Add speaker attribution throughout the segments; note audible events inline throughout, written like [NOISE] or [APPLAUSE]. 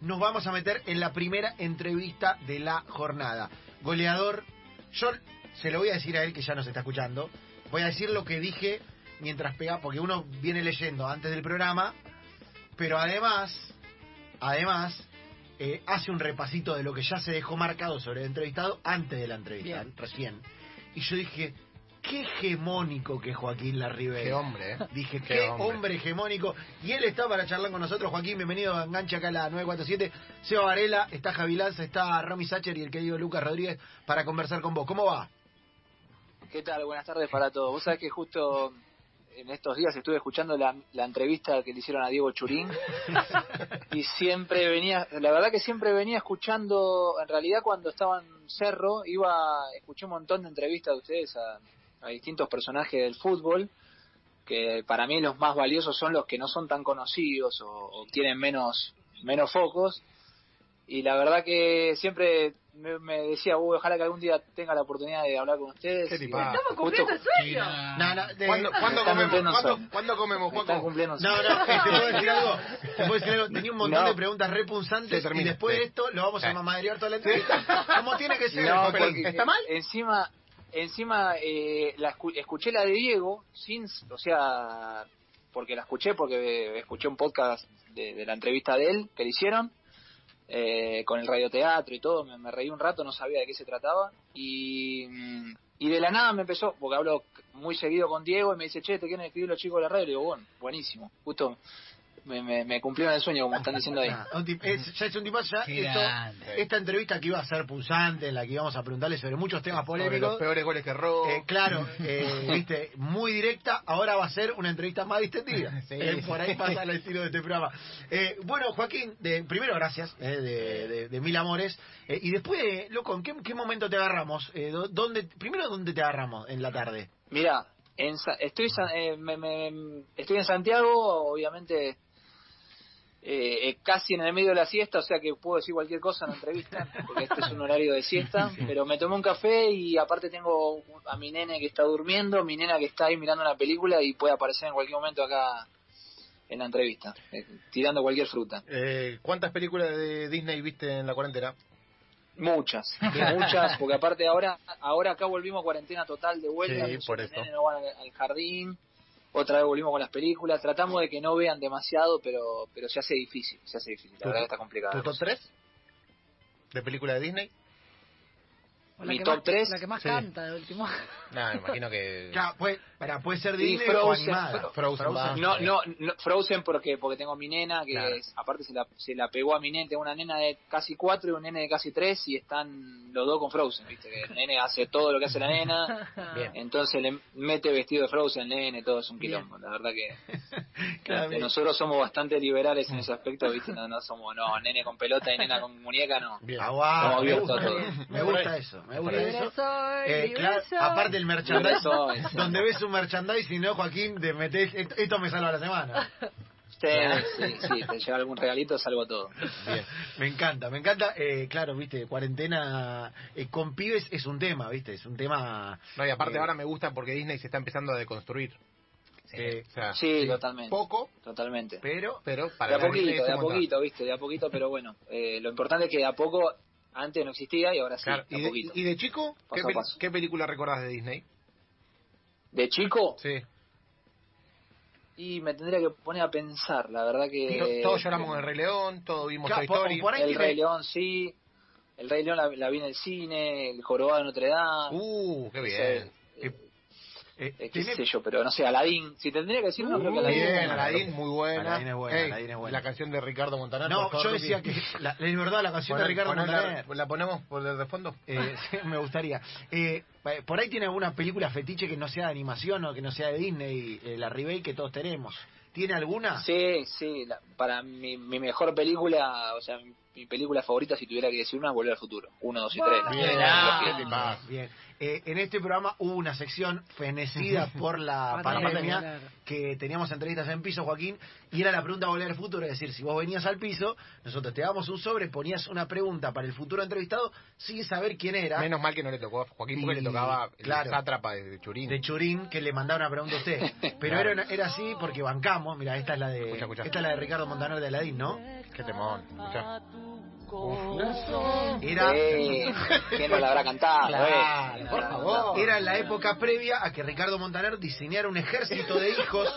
Speaker 1: nos vamos a meter en la primera entrevista de la jornada. Goleador, yo se lo voy a decir a él que ya nos está escuchando. Voy a decir lo que dije mientras pega, porque uno viene leyendo antes del programa, pero además, además, eh, hace un repasito de lo que ya se dejó marcado sobre el entrevistado antes de la entrevista,
Speaker 2: Bien.
Speaker 1: recién. Y yo dije, qué hegemónico que es Joaquín Larribey.
Speaker 3: Qué hombre, ¿eh?
Speaker 1: Dije, qué,
Speaker 3: Qué
Speaker 1: hombre.
Speaker 3: hombre.
Speaker 1: hegemónico. Y él está para charlar con nosotros. Joaquín, bienvenido a Engancha acá a la 947. Seba Varela, está Javi Lanza, está Romy Sacher y el querido Lucas Rodríguez para conversar con vos. ¿Cómo va?
Speaker 4: ¿Qué tal? Buenas tardes para todos. Vos sabés que justo en estos días estuve escuchando la, la entrevista que le hicieron a Diego Churín y siempre venía, la verdad que siempre venía escuchando, en realidad cuando estaba en Cerro, iba, escuché un montón de entrevistas de ustedes a, a distintos personajes del fútbol, que para mí los más valiosos son los que no son tan conocidos o, o tienen menos, menos focos. Y la verdad que siempre me, me decía, "Uy, ojalá que algún día tenga la oportunidad de hablar con ustedes.
Speaker 3: Qué
Speaker 4: Y
Speaker 3: tipazo.
Speaker 2: Estamos cumpliendo el sueño.
Speaker 1: No, no, de-
Speaker 3: ¿Cuándo, cuándo
Speaker 4: Estamos
Speaker 3: comemos?
Speaker 4: llenos,
Speaker 3: ¿Cuándo,
Speaker 4: Sol.
Speaker 3: cuándo comemos,
Speaker 4: Me están
Speaker 3: Juaco?
Speaker 4: cumpliendo.
Speaker 1: No, no, [LAUGHS] te puedo decir algo. Te puedo decir algo. Tenía un montón
Speaker 4: No.
Speaker 1: de preguntas repunzantes
Speaker 3: Sí, termina.
Speaker 1: y después de
Speaker 3: Sí.
Speaker 1: esto lo vamos a
Speaker 3: Sí.
Speaker 1: mamadrear toda la entrevista. Como tiene
Speaker 3: [LAUGHS]
Speaker 1: que ser.
Speaker 4: No,
Speaker 1: Pero,
Speaker 4: porque
Speaker 1: ¿Está mal?
Speaker 4: Encima, encima eh, la escu- escuché la de Diego, sin, o sea, porque la escuché, porque escuché un podcast de, de la entrevista de él que le hicieron, eh, con el radioteatro y todo, me, me reí un rato, no sabía de qué se trataba, y, mm, y de la nada me empezó, porque hablo c- muy seguido con Diego, y me dice, che, te quieren escribir los chicos de la radio, y digo, bueno, buenísimo, justo me, me, me cumplieron el sueño, como están diciendo ahí.
Speaker 1: Nah, un tip- es- ya es un tipazo, ya
Speaker 5: Qué
Speaker 1: esto-
Speaker 5: grande.
Speaker 1: esta entrevista que iba a ser pulsante, en la que íbamos a preguntarle sobre muchos temas
Speaker 3: Sobre los
Speaker 1: polémicos,
Speaker 3: peores goles que robó.
Speaker 1: eh, claro, eh, viste, muy directa, ahora va a ser una entrevista más distendida.
Speaker 3: Sí.
Speaker 1: Eh, por ahí pasa el estilo de este programa. Eh, bueno, Joaquín, de- primero gracias, eh, de, de- de mil amores. Eh, y después, eh, loco, ¿en qué, qué momento te agarramos? Eh, do- ¿dónde, primero, ¿dónde te agarramos en la tarde?
Speaker 4: Mira, en Sa- estoy, sa- eh, me- me- estoy en Santiago, obviamente eh, eh, casi en el medio de la siesta, o sea que puedo decir cualquier cosa en la entrevista, porque este es un horario de siesta, pero me tomé un café y aparte tengo un- a mi nene que está durmiendo, mi nena que está ahí mirando una película y puede aparecer en cualquier momento acá en la entrevista, eh, tirando cualquier fruta.
Speaker 3: Eh, ¿Cuántas películas de Disney viste en la cuarentena? [LAUGHS]
Speaker 4: Muchas, muchas, porque aparte ahora ahora acá volvimos a cuarentena total de vuelta,
Speaker 3: Sí,
Speaker 4: los
Speaker 3: por eso.
Speaker 4: nenes no van al, al jardín, otra vez volvimos con las películas, tratamos de que no vean demasiado, pero pero se hace difícil, se hace difícil, la verdad que está complicada.
Speaker 3: ¿Tu top 3? ¿De películas de Disney?
Speaker 2: O
Speaker 4: Mi
Speaker 2: que
Speaker 4: top
Speaker 2: más-
Speaker 4: tres,
Speaker 2: La que más
Speaker 3: sí.
Speaker 2: canta de
Speaker 4: [LAUGHS]
Speaker 2: último.
Speaker 3: No, me imagino que... [LAUGHS]
Speaker 1: Eh, Ya, puede, para, puede ser
Speaker 4: Y
Speaker 1: Disney o
Speaker 4: Frozen,
Speaker 1: animada.
Speaker 3: Frozen,
Speaker 1: Frozen.
Speaker 3: va.
Speaker 4: No, no, no, Frozen porque porque tengo mi nena que
Speaker 3: Claro.
Speaker 4: es- aparte se la, se la pegó a mi nena, tengo una nena de casi cuatro y un nene de casi tres y están los dos con Frozen, viste que el nene hace todo lo que hace la
Speaker 2: [LAUGHS]
Speaker 4: nena,
Speaker 3: Bien.
Speaker 4: entonces le mete vestido de Frozen, nene, todo es un
Speaker 2: Bien.
Speaker 4: quilombo, la verdad que
Speaker 1: Claro,
Speaker 4: Este, nosotros somos bastante liberales en ese aspecto, ¿viste? No, no somos,
Speaker 3: [LAUGHS]
Speaker 4: no, nene con pelota y nena con muñeca, no.
Speaker 3: Bien.
Speaker 1: Aguá,
Speaker 4: Estamos
Speaker 1: Ah, me,
Speaker 4: abiertos a
Speaker 1: gusta,
Speaker 4: todo.
Speaker 1: me gusta eso, me gusta
Speaker 2: Libre
Speaker 1: eso.
Speaker 2: soy,
Speaker 1: Eh,
Speaker 2: libre
Speaker 1: claro,
Speaker 2: soy.
Speaker 1: aparte el merchandising,
Speaker 4: Libre soy.
Speaker 3: [LAUGHS]
Speaker 1: donde ves un merchandising, ¿no, Joaquín? De metés, esto, esto me salva la semana.
Speaker 4: Sí, este, sí, sí, te lleva algún regalito, salvo todo.
Speaker 1: Me encanta, me encanta. Eh, claro, viste, cuarentena eh, con pibes es un tema, viste, es un tema...
Speaker 3: No, y aparte
Speaker 1: Eh,
Speaker 3: ahora me gusta porque Disney se está empezando a deconstruir. Eh, o sea,
Speaker 4: Sí, totalmente.
Speaker 3: Poco,
Speaker 4: Totalmente.
Speaker 1: Pero,
Speaker 3: pero
Speaker 4: De
Speaker 3: para
Speaker 4: a
Speaker 3: la Disney
Speaker 4: poquito,
Speaker 3: es
Speaker 4: de
Speaker 3: un
Speaker 4: a
Speaker 3: montón.
Speaker 4: poquito, ¿viste? De a poquito, pero bueno. eh, lo importante es que de a poco, antes no existía y ahora sí,
Speaker 3: Claro,
Speaker 4: de
Speaker 3: y,
Speaker 4: a
Speaker 3: de,
Speaker 4: poquito.
Speaker 3: y de chico,
Speaker 4: Paso
Speaker 3: ¿qué,
Speaker 4: a
Speaker 3: peli-
Speaker 4: paso.
Speaker 3: qué película recordás de Disney?
Speaker 4: De chico,
Speaker 3: Sí.
Speaker 4: y me tendría que poner a pensar, la verdad que...
Speaker 3: Todos lloramos con el Rey León, todos vimos
Speaker 1: Claro,
Speaker 3: Toy
Speaker 1: por-
Speaker 3: Story.
Speaker 1: por ahí-
Speaker 4: El Rey León, sí. El Rey León la, la vi en el cine, el Jorobado de Notre Dame.
Speaker 3: Uh, qué
Speaker 4: ese-
Speaker 3: bien.
Speaker 1: eh,
Speaker 4: Eh, qué
Speaker 1: tiene-
Speaker 4: sé yo, pero no sé, Aladín. Si tendría que decir, no creo que
Speaker 3: Muy
Speaker 4: Aladín.
Speaker 3: bien, Aladdin, muy buena.
Speaker 1: Aladdin es buena, Aladdin es buena.
Speaker 3: La canción de Ricardo Montaner. por
Speaker 1: no, yo
Speaker 3: favor,
Speaker 1: decía que...
Speaker 3: Ricky.
Speaker 1: La, es verdad, la canción de
Speaker 3: Poner-
Speaker 1: Ricardo
Speaker 3: poner
Speaker 1: Montaner.
Speaker 3: La, ¿La ponemos por el de fondo?
Speaker 1: Eh, sí, me gustaría. Eh, pa- por ahí tiene alguna película fetiche que no sea de animación o que no sea de Disney, eh, la Rebey que todos tenemos. ¿Tiene alguna?
Speaker 4: Sí, sí. la- para mi, mi mejor película, o sea, mi, mi película favorita, si tuviera que decir una, es Volver al Futuro. Uno, dos y tres.
Speaker 2: Wow.
Speaker 4: La
Speaker 3: Bien,
Speaker 4: verdad
Speaker 3: ah,
Speaker 4: que-
Speaker 3: qué tipazo.
Speaker 1: Bien. eh, en este programa hubo una sección
Speaker 3: [LAUGHS]
Speaker 1: fenecida por la
Speaker 2: Pandemia,
Speaker 1: pandemia
Speaker 2: claro.
Speaker 1: que teníamos entrevistas en piso, Joaquín, y era la pregunta volver al futuro, es decir, si vos venías al piso, nosotros te dábamos un sobre, ponías una pregunta para el futuro entrevistado sin saber quién era.
Speaker 3: Menos mal que no le tocó a Joaquín porque
Speaker 1: Y-
Speaker 3: le tocaba
Speaker 1: claro.
Speaker 3: la sátrapa de Churín.
Speaker 1: de Churín que le mandaba una pregunta a
Speaker 3: [LAUGHS]
Speaker 1: usted. Pero
Speaker 3: Claro.
Speaker 1: era, era así porque bancamos. Mira, esta es la de
Speaker 3: Escucha, escucha.
Speaker 1: esta es la de Ricardo Montaner de Aladín, ¿no?
Speaker 3: Qué temón. escuchá.
Speaker 1: Era
Speaker 4: Eh, ¿Quién no la habrá cantado?
Speaker 1: Claro,
Speaker 4: eh?
Speaker 1: por
Speaker 4: No,
Speaker 3: favor.
Speaker 1: era la época previa a que Ricardo Montaner diseñara un ejército de hijos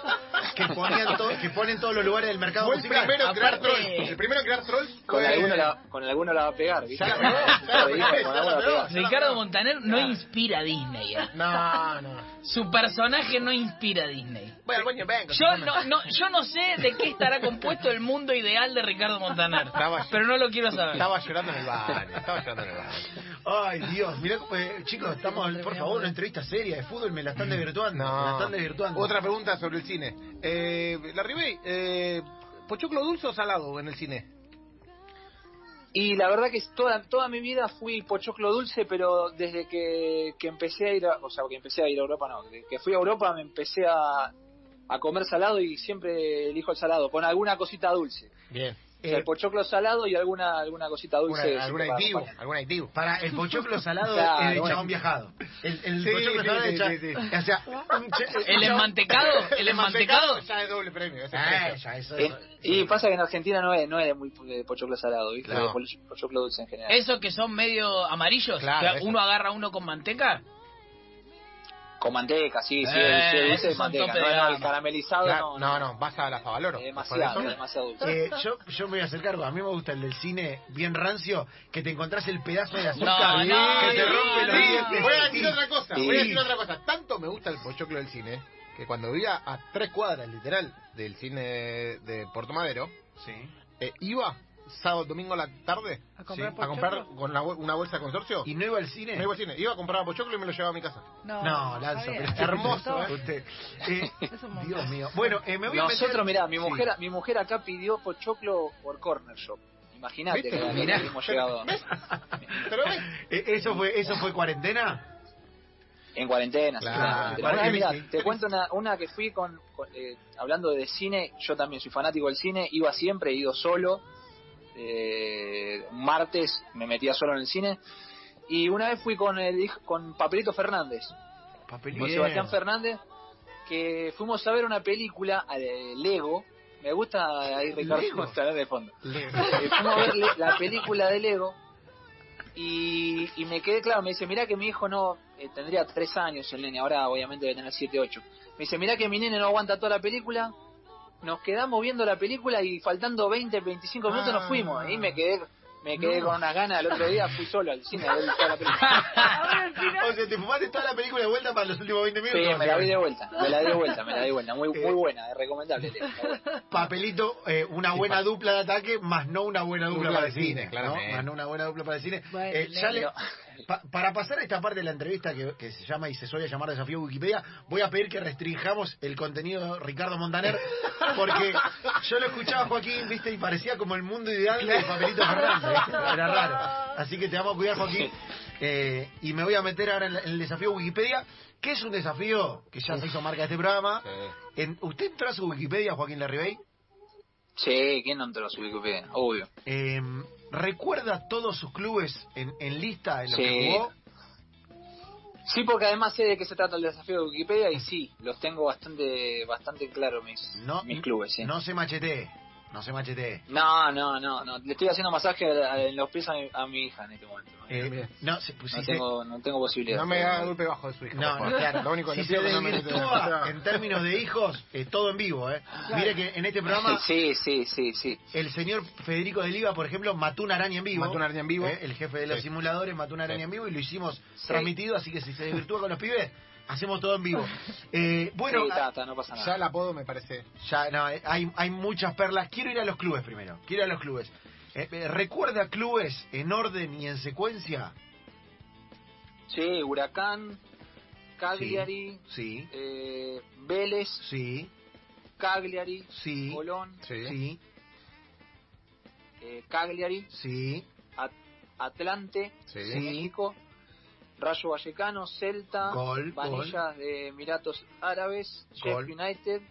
Speaker 1: que ponían to- que ponen todos los lugares del mercado
Speaker 3: Fue el
Speaker 1: musical.
Speaker 3: primero en crear
Speaker 1: Aparte-
Speaker 3: trolls. El primero en crear trolls
Speaker 4: Con
Speaker 3: fue-
Speaker 4: alguno, la, con alguno la va a pegar, ¿viste?
Speaker 3: Ya la pegó, ya la
Speaker 4: Con
Speaker 3: pegó,
Speaker 4: alguno
Speaker 3: ya la
Speaker 4: la
Speaker 3: pegó.
Speaker 4: pega.
Speaker 5: Ricardo Montaner no inspira a Disney. eh.
Speaker 3: No, no.
Speaker 5: Su personaje no inspira a Disney.
Speaker 3: Bueno, bueno, venga.
Speaker 5: Yo no, no, yo no sé de qué estará compuesto el mundo ideal de Ricardo Montaner,
Speaker 3: Estaba-
Speaker 5: pero no lo quiero saber.
Speaker 3: Estaba llorando en el [LAUGHS] baño. Estaba llorando en el baño.
Speaker 1: Ay, Dios, mirá, eh, chicos, estamos, por favor, una entrevista seria de fútbol, me la están desvirtuando, me la están desvirtuando.
Speaker 3: Mm. Otra pregunta sobre el cine. Eh, la Ribey, eh, ¿pochoclo dulce o salado en el cine?
Speaker 4: Y la verdad que toda, toda mi vida fui pochoclo dulce, pero desde que, que empecé a ir a, o sea, que empecé a ir a Europa, no, desde que fui a Europa me empecé a, a comer salado y siempre elijo el salado, con alguna cosita dulce.
Speaker 3: Bien.
Speaker 4: O sea,
Speaker 1: Eh,
Speaker 4: el pochoclo salado y alguna alguna cosita dulce. siempre
Speaker 3: algún
Speaker 4: para
Speaker 3: aditivo,
Speaker 4: acompañar.
Speaker 3: algún aditivo.
Speaker 1: Para el pochoclo salado
Speaker 4: [LAUGHS] Claro,
Speaker 1: es el
Speaker 4: bueno.
Speaker 1: chabón viajado. El, el
Speaker 3: Sí,
Speaker 1: pochoclo
Speaker 3: sí,
Speaker 1: salado
Speaker 3: sí,
Speaker 1: es cha-
Speaker 3: sí, sí. em-
Speaker 1: O
Speaker 3: [LAUGHS]
Speaker 1: sea, un ch- un
Speaker 5: El
Speaker 1: chabón-
Speaker 5: enmantecado, el enmantecado.
Speaker 3: ya es doble premio. ese
Speaker 1: Ah,
Speaker 3: es
Speaker 1: ya, eso,
Speaker 4: Eh,
Speaker 1: eso.
Speaker 4: y pasa que en Argentina no es, no es muy de pochoclo salado, ¿viste?
Speaker 3: Claro.
Speaker 4: De Pochoclo dulce en general.
Speaker 5: Esos que son medio amarillos,
Speaker 3: Claro,
Speaker 5: que
Speaker 3: eso.
Speaker 5: uno agarra uno con manteca.
Speaker 4: Con manteca, sí, sí,
Speaker 5: Eh,
Speaker 4: sí, dulce
Speaker 5: esos
Speaker 4: de
Speaker 5: son
Speaker 4: manteca.
Speaker 5: tope
Speaker 4: No,
Speaker 5: de
Speaker 4: no, el
Speaker 5: gama.
Speaker 4: caramelizado
Speaker 3: Claro,
Speaker 4: no,
Speaker 3: no, no, vas a la Favaloro.
Speaker 4: es demasiado, es demasiado dulce.
Speaker 1: Eh, yo, yo me voy a acercar, a mí me gusta el del cine bien rancio, que te encontrás el pedazo de azúcar
Speaker 5: No, no,
Speaker 1: que te
Speaker 5: no,
Speaker 1: rompe este los
Speaker 5: no.
Speaker 1: dientes.
Speaker 3: Voy a decir otra cosa,
Speaker 4: Sí.
Speaker 3: voy a decir otra cosa. Tanto me gusta el pochoclo del cine que cuando vivía a tres cuadras, literal, del cine de Puerto Madero,
Speaker 1: Sí.
Speaker 3: eh, iba sábado, domingo a la tarde
Speaker 2: A comprar
Speaker 3: a comprar
Speaker 2: pochoclo.
Speaker 3: con la bol- una bolsa de consorcio.
Speaker 1: ¿Y no iba al cine?
Speaker 3: Me iba al cine, iba a comprar pochoclo y me lo llevaba a mi casa.
Speaker 1: No, Lanza,
Speaker 2: está
Speaker 1: pero
Speaker 2: bien.
Speaker 1: está hermoso,
Speaker 2: Está-
Speaker 1: ¿eh? Usted. Eh,
Speaker 2: Es un montón. [LAUGHS]
Speaker 1: Dios mío. Bueno, eh, me voy a meter...
Speaker 4: Nosotros, mirá, mi
Speaker 1: Sí.
Speaker 4: mujer, mi mujer acá pidió pochoclo por corner shop. Imagínate
Speaker 3: ¿Viste?
Speaker 4: que era lo que
Speaker 3: Mirá.
Speaker 1: [LAUGHS]
Speaker 4: hemos llegado
Speaker 3: Pero ves,
Speaker 1: Eh, ¿Eso fue eso fue cuarentena?
Speaker 4: en cuarentena. sí,
Speaker 3: Claro.
Speaker 4: en cuarentena.
Speaker 1: Bueno,
Speaker 4: Porque,
Speaker 1: sí,
Speaker 4: mirá,
Speaker 1: sí.
Speaker 4: te cuento una, una que fui con, con- eh, hablando de cine. Yo también soy fanático del cine. Iba siempre, he ido solo. Eh, un martes me metía solo en el cine. Y una vez fui con el hij- con Papelito Fernández, con
Speaker 1: Papelito.
Speaker 4: Sebastián Fernández, que fuimos a ver una película eh, Lego. Me gusta ahí Ricardo
Speaker 1: Lego.
Speaker 4: [LAUGHS] Montaner de fondo. Eh, fuimos a ver le- la película de Lego y, y me quedé claro, me dice, mirá que mi hijo no, eh, tendría tres años el nene, ahora obviamente debe tener siete, ocho. Me dice, mirá que mi nene no aguanta toda la película, nos quedamos viendo la película y faltando 20, 25 minutos nos fuimos. Y me quedé me quedé con unas ganas, el otro día fui solo al cine a ver toda la película.
Speaker 2: Ahora al
Speaker 1: [LAUGHS]
Speaker 2: final,
Speaker 1: O sea, te fumaste toda la película de vuelta para los últimos 20
Speaker 4: Sí,
Speaker 1: minutos.
Speaker 4: me la vi de vuelta, me la di de vuelta, me la di de vuelta, muy, muy buena, es recomendable. Lego, está buena.
Speaker 1: Papelito, eh, una
Speaker 3: Sí,
Speaker 1: buena
Speaker 3: pa-
Speaker 1: dupla de ataque, más no una buena dupla,
Speaker 3: Dupla
Speaker 1: para el
Speaker 3: de
Speaker 1: cine,
Speaker 3: cine,
Speaker 1: ¿no?
Speaker 3: claramente.
Speaker 1: Más no una buena dupla para el cine.
Speaker 2: Bueno,
Speaker 1: Eh, ya le-
Speaker 4: Pero-
Speaker 1: pa- para pasar a esta parte de la entrevista que, que se llama y se suele llamar Desafío Wikipedia, voy a pedir que restringamos el contenido de Ricardo Montaner, porque yo lo escuchaba a Joaquín, viste, y parecía como el mundo ideal de Papelito Fernández. Era raro. Así que te vamos a cuidar, Joaquín. Eh, y me voy a meter ahora en, la- en el desafío Wikipedia, que es un desafío que ya se hizo marca de este programa. En- ¿Usted entró a su Wikipedia, Joaquín Larribey?
Speaker 4: Sí, ¿quién no te lo subí, Obvio.
Speaker 1: Eh, ¿Recuerda todos sus clubes en, en lista en los
Speaker 4: Sí.
Speaker 1: que jugó?
Speaker 4: Sí, porque además sé de qué se trata el desafío de Wikipedia y sí, los tengo bastante bastante claro mis,
Speaker 1: No,
Speaker 4: mis clubes. sí.
Speaker 1: No se machetee, no se machetee.
Speaker 4: No, no, no, no, le estoy haciendo masaje a- a- en los pies a mi, a mi hija en este momento.
Speaker 1: Eh,
Speaker 3: Bien.
Speaker 1: no, se, pues,
Speaker 4: no,
Speaker 1: si se-
Speaker 4: tengo, no tengo posibilidad.
Speaker 3: No me da golpe bajo de su hijo.
Speaker 1: no,
Speaker 3: por favor.
Speaker 1: no, claro.
Speaker 3: Lo único
Speaker 1: [LAUGHS]
Speaker 3: que
Speaker 1: si
Speaker 3: le
Speaker 1: se
Speaker 3: pido es que no me meta
Speaker 1: desvirtúa
Speaker 3: en-
Speaker 1: en términos de hijos, eh, todo en vivo, ¿eh? Mire que en este programa
Speaker 4: [LAUGHS] Sí, sí, sí, sí.
Speaker 1: el señor Federico de Liva, por ejemplo, mató una araña en vivo.
Speaker 3: Mató una araña en vivo.
Speaker 1: Eh, el jefe de los
Speaker 3: Sí.
Speaker 1: simuladores mató una araña
Speaker 3: Sí.
Speaker 1: en vivo y lo hicimos
Speaker 4: Sí.
Speaker 1: transmitido, así que si se desvirtúa con los pibes, hacemos todo en
Speaker 4: [LAUGHS]
Speaker 1: vivo. Eh, bueno,
Speaker 4: sí, ta, ta, no pasa
Speaker 3: Ya
Speaker 4: nada.
Speaker 3: el apodo me parece.
Speaker 1: Ya, no, eh, hay, hay muchas perlas. Quiero ir a los clubes primero. Quiero ir a los clubes. Eh, eh, ¿Recuerda clubes en orden y en secuencia?
Speaker 4: Sí, Huracán, Cagliari,
Speaker 1: Sí,
Speaker 4: eh, Vélez,
Speaker 1: sí,
Speaker 4: Cagliari,
Speaker 1: sí,
Speaker 4: Colón,
Speaker 1: sí,
Speaker 4: eh, Cagliari,
Speaker 1: sí,
Speaker 4: At- Atlante,
Speaker 3: Sí.
Speaker 4: México, Rayo Vallecano, Celta,
Speaker 1: Gol,
Speaker 4: Vanillas de Emiratos Árabes,
Speaker 1: Gol.
Speaker 4: Chef United,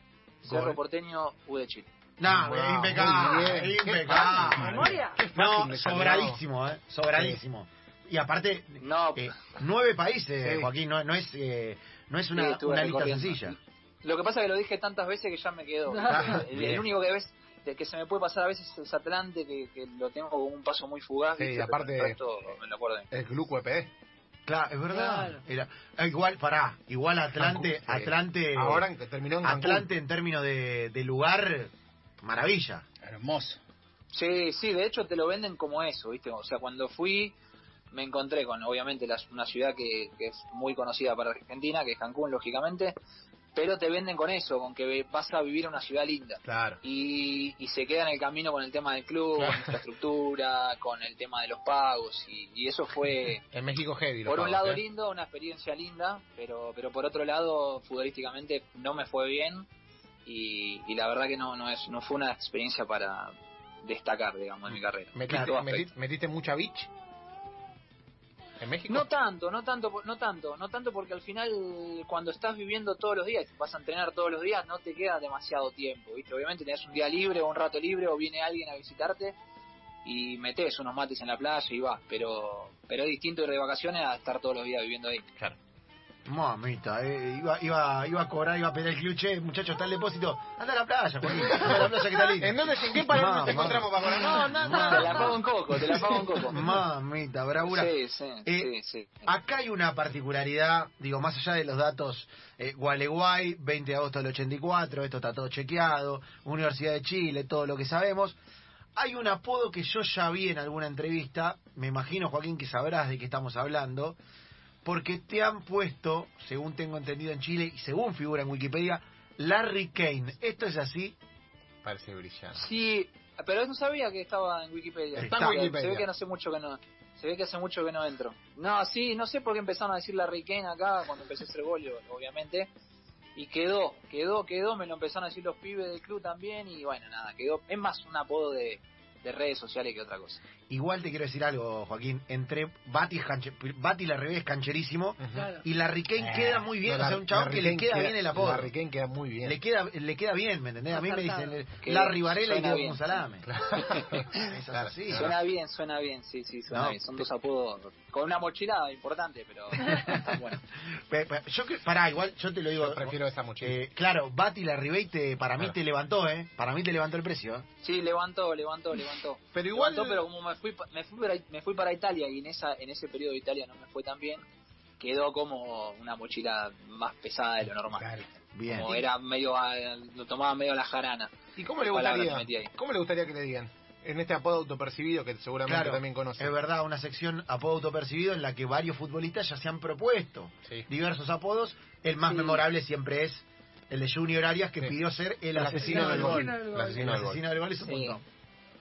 Speaker 1: Gol.
Speaker 4: Cerro Porteño, U de Chile.
Speaker 1: No,
Speaker 3: Wow, muy
Speaker 1: impecable,
Speaker 3: bien.
Speaker 1: impecable.
Speaker 2: ¿Memoria?
Speaker 3: fácil
Speaker 1: No,
Speaker 3: me
Speaker 1: sobradísimo, ¿eh? Sobradísimo. Y aparte,
Speaker 4: No,
Speaker 1: eh, nueve países,
Speaker 3: Sí.
Speaker 1: Joaquín, no, no es eh, no es
Speaker 4: Sí,
Speaker 1: una,
Speaker 4: estuve
Speaker 1: una lista
Speaker 4: recorriendo.
Speaker 1: sencilla.
Speaker 4: lo que pasa es que lo dije tantas veces que ya me quedó.
Speaker 1: Ah,
Speaker 4: el, el
Speaker 1: bien.
Speaker 4: único que ves de que se me puede pasar a veces es Atlante, que, que lo tengo como un paso muy fugaz.
Speaker 3: Sí,
Speaker 4: ¿viste? Pero
Speaker 3: aparte-
Speaker 4: el resto me lo acuerdo.
Speaker 3: El Gluco E EPE.
Speaker 1: Claro, es verdad.
Speaker 2: Claro.
Speaker 1: Era, ah, igual, pará, igual Atlante,
Speaker 3: Cancún, sí.
Speaker 1: Atlante,
Speaker 3: Ahora en que terminó en Cancún.
Speaker 1: Atlante en términos de, de lugar, maravilla.
Speaker 6: Hermoso.
Speaker 4: Sí, sí, de hecho te lo venden como eso, ¿viste? O sea, cuando fui me encontré con, obviamente, la- una ciudad que, que es muy conocida para Argentina, que es Cancún, lógicamente, pero te venden con eso, con que ve- vas a vivir una ciudad linda.
Speaker 3: Claro.
Speaker 4: Y, y se queda en el camino con el tema del club, con la infraestructura, con el tema de los pagos, y, y eso fue,
Speaker 3: En México Heavy. lo
Speaker 4: por un
Speaker 3: pago,
Speaker 4: lado,
Speaker 3: ¿eh?
Speaker 4: lindo, una experiencia linda, pero, pero por otro lado, futbolísticamente no me fue bien, y, y la verdad que no, no, es, no fue una experiencia para destacar, digamos, en mi carrera.
Speaker 3: ¿Metiste,
Speaker 4: En todo aspecto.
Speaker 3: metiste, metiste mucha bitch? ¿En México?
Speaker 4: No tanto, no tanto, por- no tanto, no tanto porque al final cuando estás viviendo todos los días, vas a entrenar todos los días, no te queda demasiado tiempo, ¿viste? Obviamente tenés un día libre o un rato libre o viene alguien a visitarte y metes unos mates en la playa y vas, pero pero es distinto ir de vacaciones a estar todos los días viviendo ahí.
Speaker 1: Mamita, eh, iba, iba, iba a cobrar, iba a pedir el cluche, muchachos, está el depósito. Anda a la playa, Joaquín, anda a la playa que está linda.
Speaker 3: [LAUGHS] ¿En dónde? ¿En qué parón nos
Speaker 1: Mamá.
Speaker 3: encontramos, Paco? No, no, no.
Speaker 4: Te la pago un coco, te la pago
Speaker 1: [LAUGHS]
Speaker 4: un coco.
Speaker 1: Mamita, bravura.
Speaker 4: Sí, sí,
Speaker 1: Eh,
Speaker 4: sí, sí.
Speaker 1: Acá hay una particularidad, digo, más allá de los datos, eh, Gualeguay, 20 de agosto del 84, esto está todo chequeado, Universidad de Chile, todo lo que sabemos. Hay un apodo que yo ya vi en alguna entrevista, me imagino, Joaquín, que sabrás de qué estamos hablando, porque te han puesto, según tengo entendido en Chile y según figura en Wikipedia, Larry Kane. ¿Esto es así?
Speaker 3: Parece brillante.
Speaker 4: Sí, pero no sabía que estaba en Wikipedia.
Speaker 1: Está en
Speaker 4: Se ve-
Speaker 3: Wikipedia.
Speaker 4: Se ve que no hace mucho que no. Se ve que hace mucho que no entro. No, sí, no sé por qué empezaron a decir la Kane acá cuando empecé a hacer gol, obviamente. Y quedó, quedó, quedó. Me lo empezaron a decir los pibes del club también. Y bueno, nada, quedó. Es más un apodo de, de redes sociales que otra cosa.
Speaker 1: Igual te quiero decir algo, Joaquín, entre Bati, y Hanche- Bati la revés cancherísimo
Speaker 2: Claro.
Speaker 1: y Larry Kane queda muy bien,
Speaker 3: Eh, No,
Speaker 1: o sea,
Speaker 3: la-
Speaker 1: un chabón
Speaker 3: la
Speaker 1: que le
Speaker 3: Riquelme
Speaker 1: queda bien el apodo.
Speaker 3: La Riquelme queda muy bien.
Speaker 1: le queda le queda bien, ¿me entendés? A mí me dicen
Speaker 2: Acertado.
Speaker 1: eh, Larry Varela y
Speaker 4: Suena
Speaker 1: digo
Speaker 4: bien.
Speaker 1: como
Speaker 3: [LAUGHS]
Speaker 1: salame. Eso es
Speaker 3: Claro,
Speaker 1: así.
Speaker 3: claro.
Speaker 4: Suena bien, suena bien, sí, sí, suena
Speaker 1: No.
Speaker 4: bien. Son dos apodos con una mochila importante,
Speaker 1: [LAUGHS]
Speaker 4: pero están buenos.
Speaker 1: Pe- pe- Yo que- pará, igual yo te lo digo.
Speaker 3: Yo prefiero esa mochila.
Speaker 1: eh, claro, Bati la Ribey te para mí
Speaker 3: Claro.
Speaker 1: te levantó, ¿eh? Para mí te levantó el precio. ¿eh?
Speaker 4: Sí, levantó, levantó, levantó.
Speaker 3: Pero igual-
Speaker 4: Levantó, pero como me fui, pa- me fui, para, me fui para Italia y en esa en ese periodo de Italia no me fue tan bien, quedó como una mochila más pesada de lo normal.
Speaker 3: Claro.
Speaker 1: Bien.
Speaker 4: Como era medio, a- lo tomaba medio a la jarana.
Speaker 3: ¿Y cómo le
Speaker 4: Palabras que metí
Speaker 3: gustaría?
Speaker 4: ahí.
Speaker 3: ¿Cómo le gustaría que le digan? En este apodo autopercibido que seguramente
Speaker 1: Claro,
Speaker 3: también conoce.
Speaker 1: es verdad, una sección apodo autopercibido en la que varios futbolistas ya se han propuesto
Speaker 3: Sí.
Speaker 1: diversos apodos. El más
Speaker 4: Sí.
Speaker 1: memorable siempre es el de Junior Arias que
Speaker 3: Sí.
Speaker 1: pidió ser el,
Speaker 3: El asesino del gol. El
Speaker 1: El
Speaker 3: asesino del gol.
Speaker 1: asesino del gol es un
Speaker 4: Sí.
Speaker 1: montón.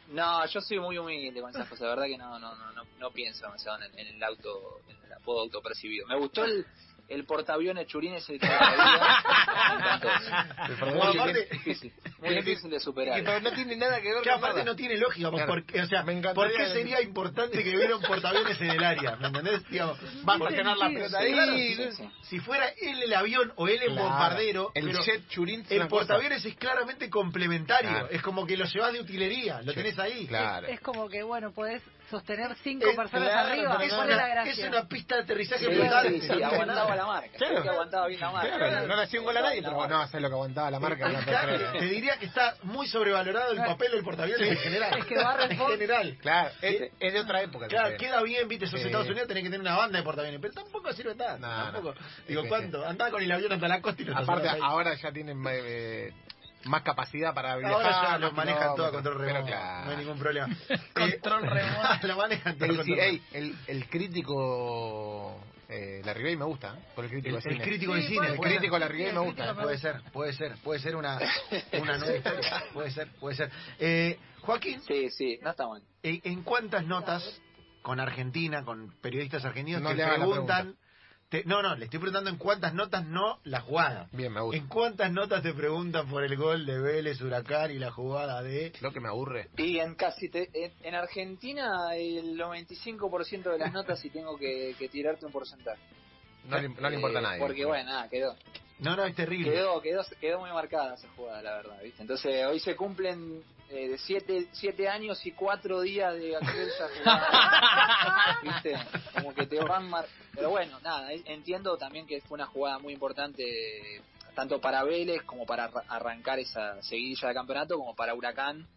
Speaker 4: No, yo soy muy humilde con esas cosas, la verdad que no no no no, no pienso demasiado en, el- en el auto, en el apodo autopercibido. Me gustó el, el portaaviones Churín ese que me encantó.
Speaker 3: [LAUGHS]
Speaker 1: Bueno, aparte-
Speaker 4: Difícil, muy difícil de superar.
Speaker 3: Que no tiene nada que ver
Speaker 1: Que
Speaker 3: con
Speaker 1: aparte
Speaker 3: nada.
Speaker 1: no tiene lógica, pues,
Speaker 3: Claro.
Speaker 1: porque, o sea,
Speaker 3: Me encantaría
Speaker 1: ¿por qué
Speaker 3: decir-
Speaker 1: sería importante que hubiera un portaaviones en el área? ¿Me entendés? Digamos, va a
Speaker 2: Por
Speaker 1: ganar la pelota ahí.
Speaker 4: claro,
Speaker 1: y-
Speaker 4: sí, sí.
Speaker 1: Si fuera él el avión o él el
Speaker 3: Claro.
Speaker 1: bombardero,
Speaker 3: El
Speaker 1: pero
Speaker 3: jet churín. es
Speaker 1: el
Speaker 3: una cosa.
Speaker 1: portaaviones es claramente complementario.
Speaker 3: Claro.
Speaker 1: Es como que lo llevas de utilería, lo
Speaker 3: Sí,
Speaker 1: tenés ahí.
Speaker 3: Claro.
Speaker 2: Es como que, bueno, podés sostener cinco
Speaker 1: Es-
Speaker 2: personas
Speaker 1: Eh, claro,
Speaker 2: arriba.
Speaker 1: es,
Speaker 2: ¿Cuál es la
Speaker 1: una, es
Speaker 2: gracia?
Speaker 1: una pista de aterrizaje
Speaker 4: Sí,
Speaker 1: brutal.
Speaker 4: sí, sí, aguantaba la marca.
Speaker 3: Claro.
Speaker 4: Sí, aguantaba bien la marca.
Speaker 3: Claro, no le hacía un gol a nadie, pero no, sé lo que aguantaba la marca. de una persona.
Speaker 1: Te diría que está muy sobrevalorado el papel del portaaviones en general.
Speaker 2: Es que Barres
Speaker 1: en
Speaker 2: Ford-
Speaker 1: general.
Speaker 3: Claro, es, es de otra época.
Speaker 1: Claro,
Speaker 3: también.
Speaker 1: queda bien, viste, sos
Speaker 3: Sí.
Speaker 1: Estados Unidos, tenés que tener una banda de portaaviones, pero tampoco sirve tanto.
Speaker 3: No, no.
Speaker 1: tampoco.
Speaker 3: Es
Speaker 1: Digo,
Speaker 3: que-
Speaker 1: ¿cuánto? Andá con el avión hasta la costa y lo
Speaker 3: Aparte,
Speaker 1: sacás ahí.
Speaker 3: ahora ya tienen eh, más capacidad para viajar.
Speaker 1: Ahora ya
Speaker 3: más
Speaker 1: los manejan todo a
Speaker 3: kilómetros,
Speaker 1: control
Speaker 3: pero
Speaker 1: remoto,
Speaker 3: claro.
Speaker 1: no hay ningún
Speaker 3: [LAUGHS]
Speaker 1: problema.
Speaker 5: Control remoto.
Speaker 1: [LAUGHS] lo manejan todo a
Speaker 3: El,
Speaker 1: control
Speaker 3: ey,
Speaker 1: remoto.
Speaker 3: el, el crítico eh, La Ribey me gusta, ¿eh? por el crítico
Speaker 1: El,
Speaker 3: de cine.
Speaker 1: el crítico de
Speaker 2: Sí,
Speaker 1: cine.
Speaker 2: puede
Speaker 3: el
Speaker 1: puede
Speaker 3: crítico
Speaker 1: ser.
Speaker 3: La Ribey
Speaker 2: Sí,
Speaker 3: me
Speaker 2: el
Speaker 3: gusta.
Speaker 2: crítico-
Speaker 1: Puede ser, puede ser, puede ser
Speaker 3: [LAUGHS]
Speaker 1: una, una nueva historia. Puede ser, puede ser. Eh, Joaquín, eh,
Speaker 4: Sí, sí, no está mal.
Speaker 1: ¿en en cuántas notas con Argentina, con periodistas argentinos,
Speaker 3: No
Speaker 1: te
Speaker 3: le hagas la
Speaker 1: preguntan, Te- no, no, le estoy preguntando en cuántas notas no la jugada.
Speaker 3: Bien, me gusta.
Speaker 1: ¿En cuántas notas te preguntan por el gol de Vélez, Huracán y la jugada de...
Speaker 3: Lo que me aburre.
Speaker 4: Y en casi te- en, en Argentina el 95% de las notas si tengo que, que tirarte un porcentaje.
Speaker 3: No, le- no le
Speaker 4: Eh,
Speaker 3: importa a nadie.
Speaker 4: Porque bueno, nada, quedó.
Speaker 1: No, no, es terrible.
Speaker 4: Quedó, quedó, quedó muy marcada esa jugada, la verdad, ¿viste? Entonces, hoy se cumplen eh, de siete, siete años y cuatro días de aquella jugada, ¿viste? Como que te van mar... Pero bueno, nada, eh, entiendo también que fue una jugada muy importante eh, tanto para Vélez como para arra- arrancar esa seguidilla de campeonato, como para Huracán,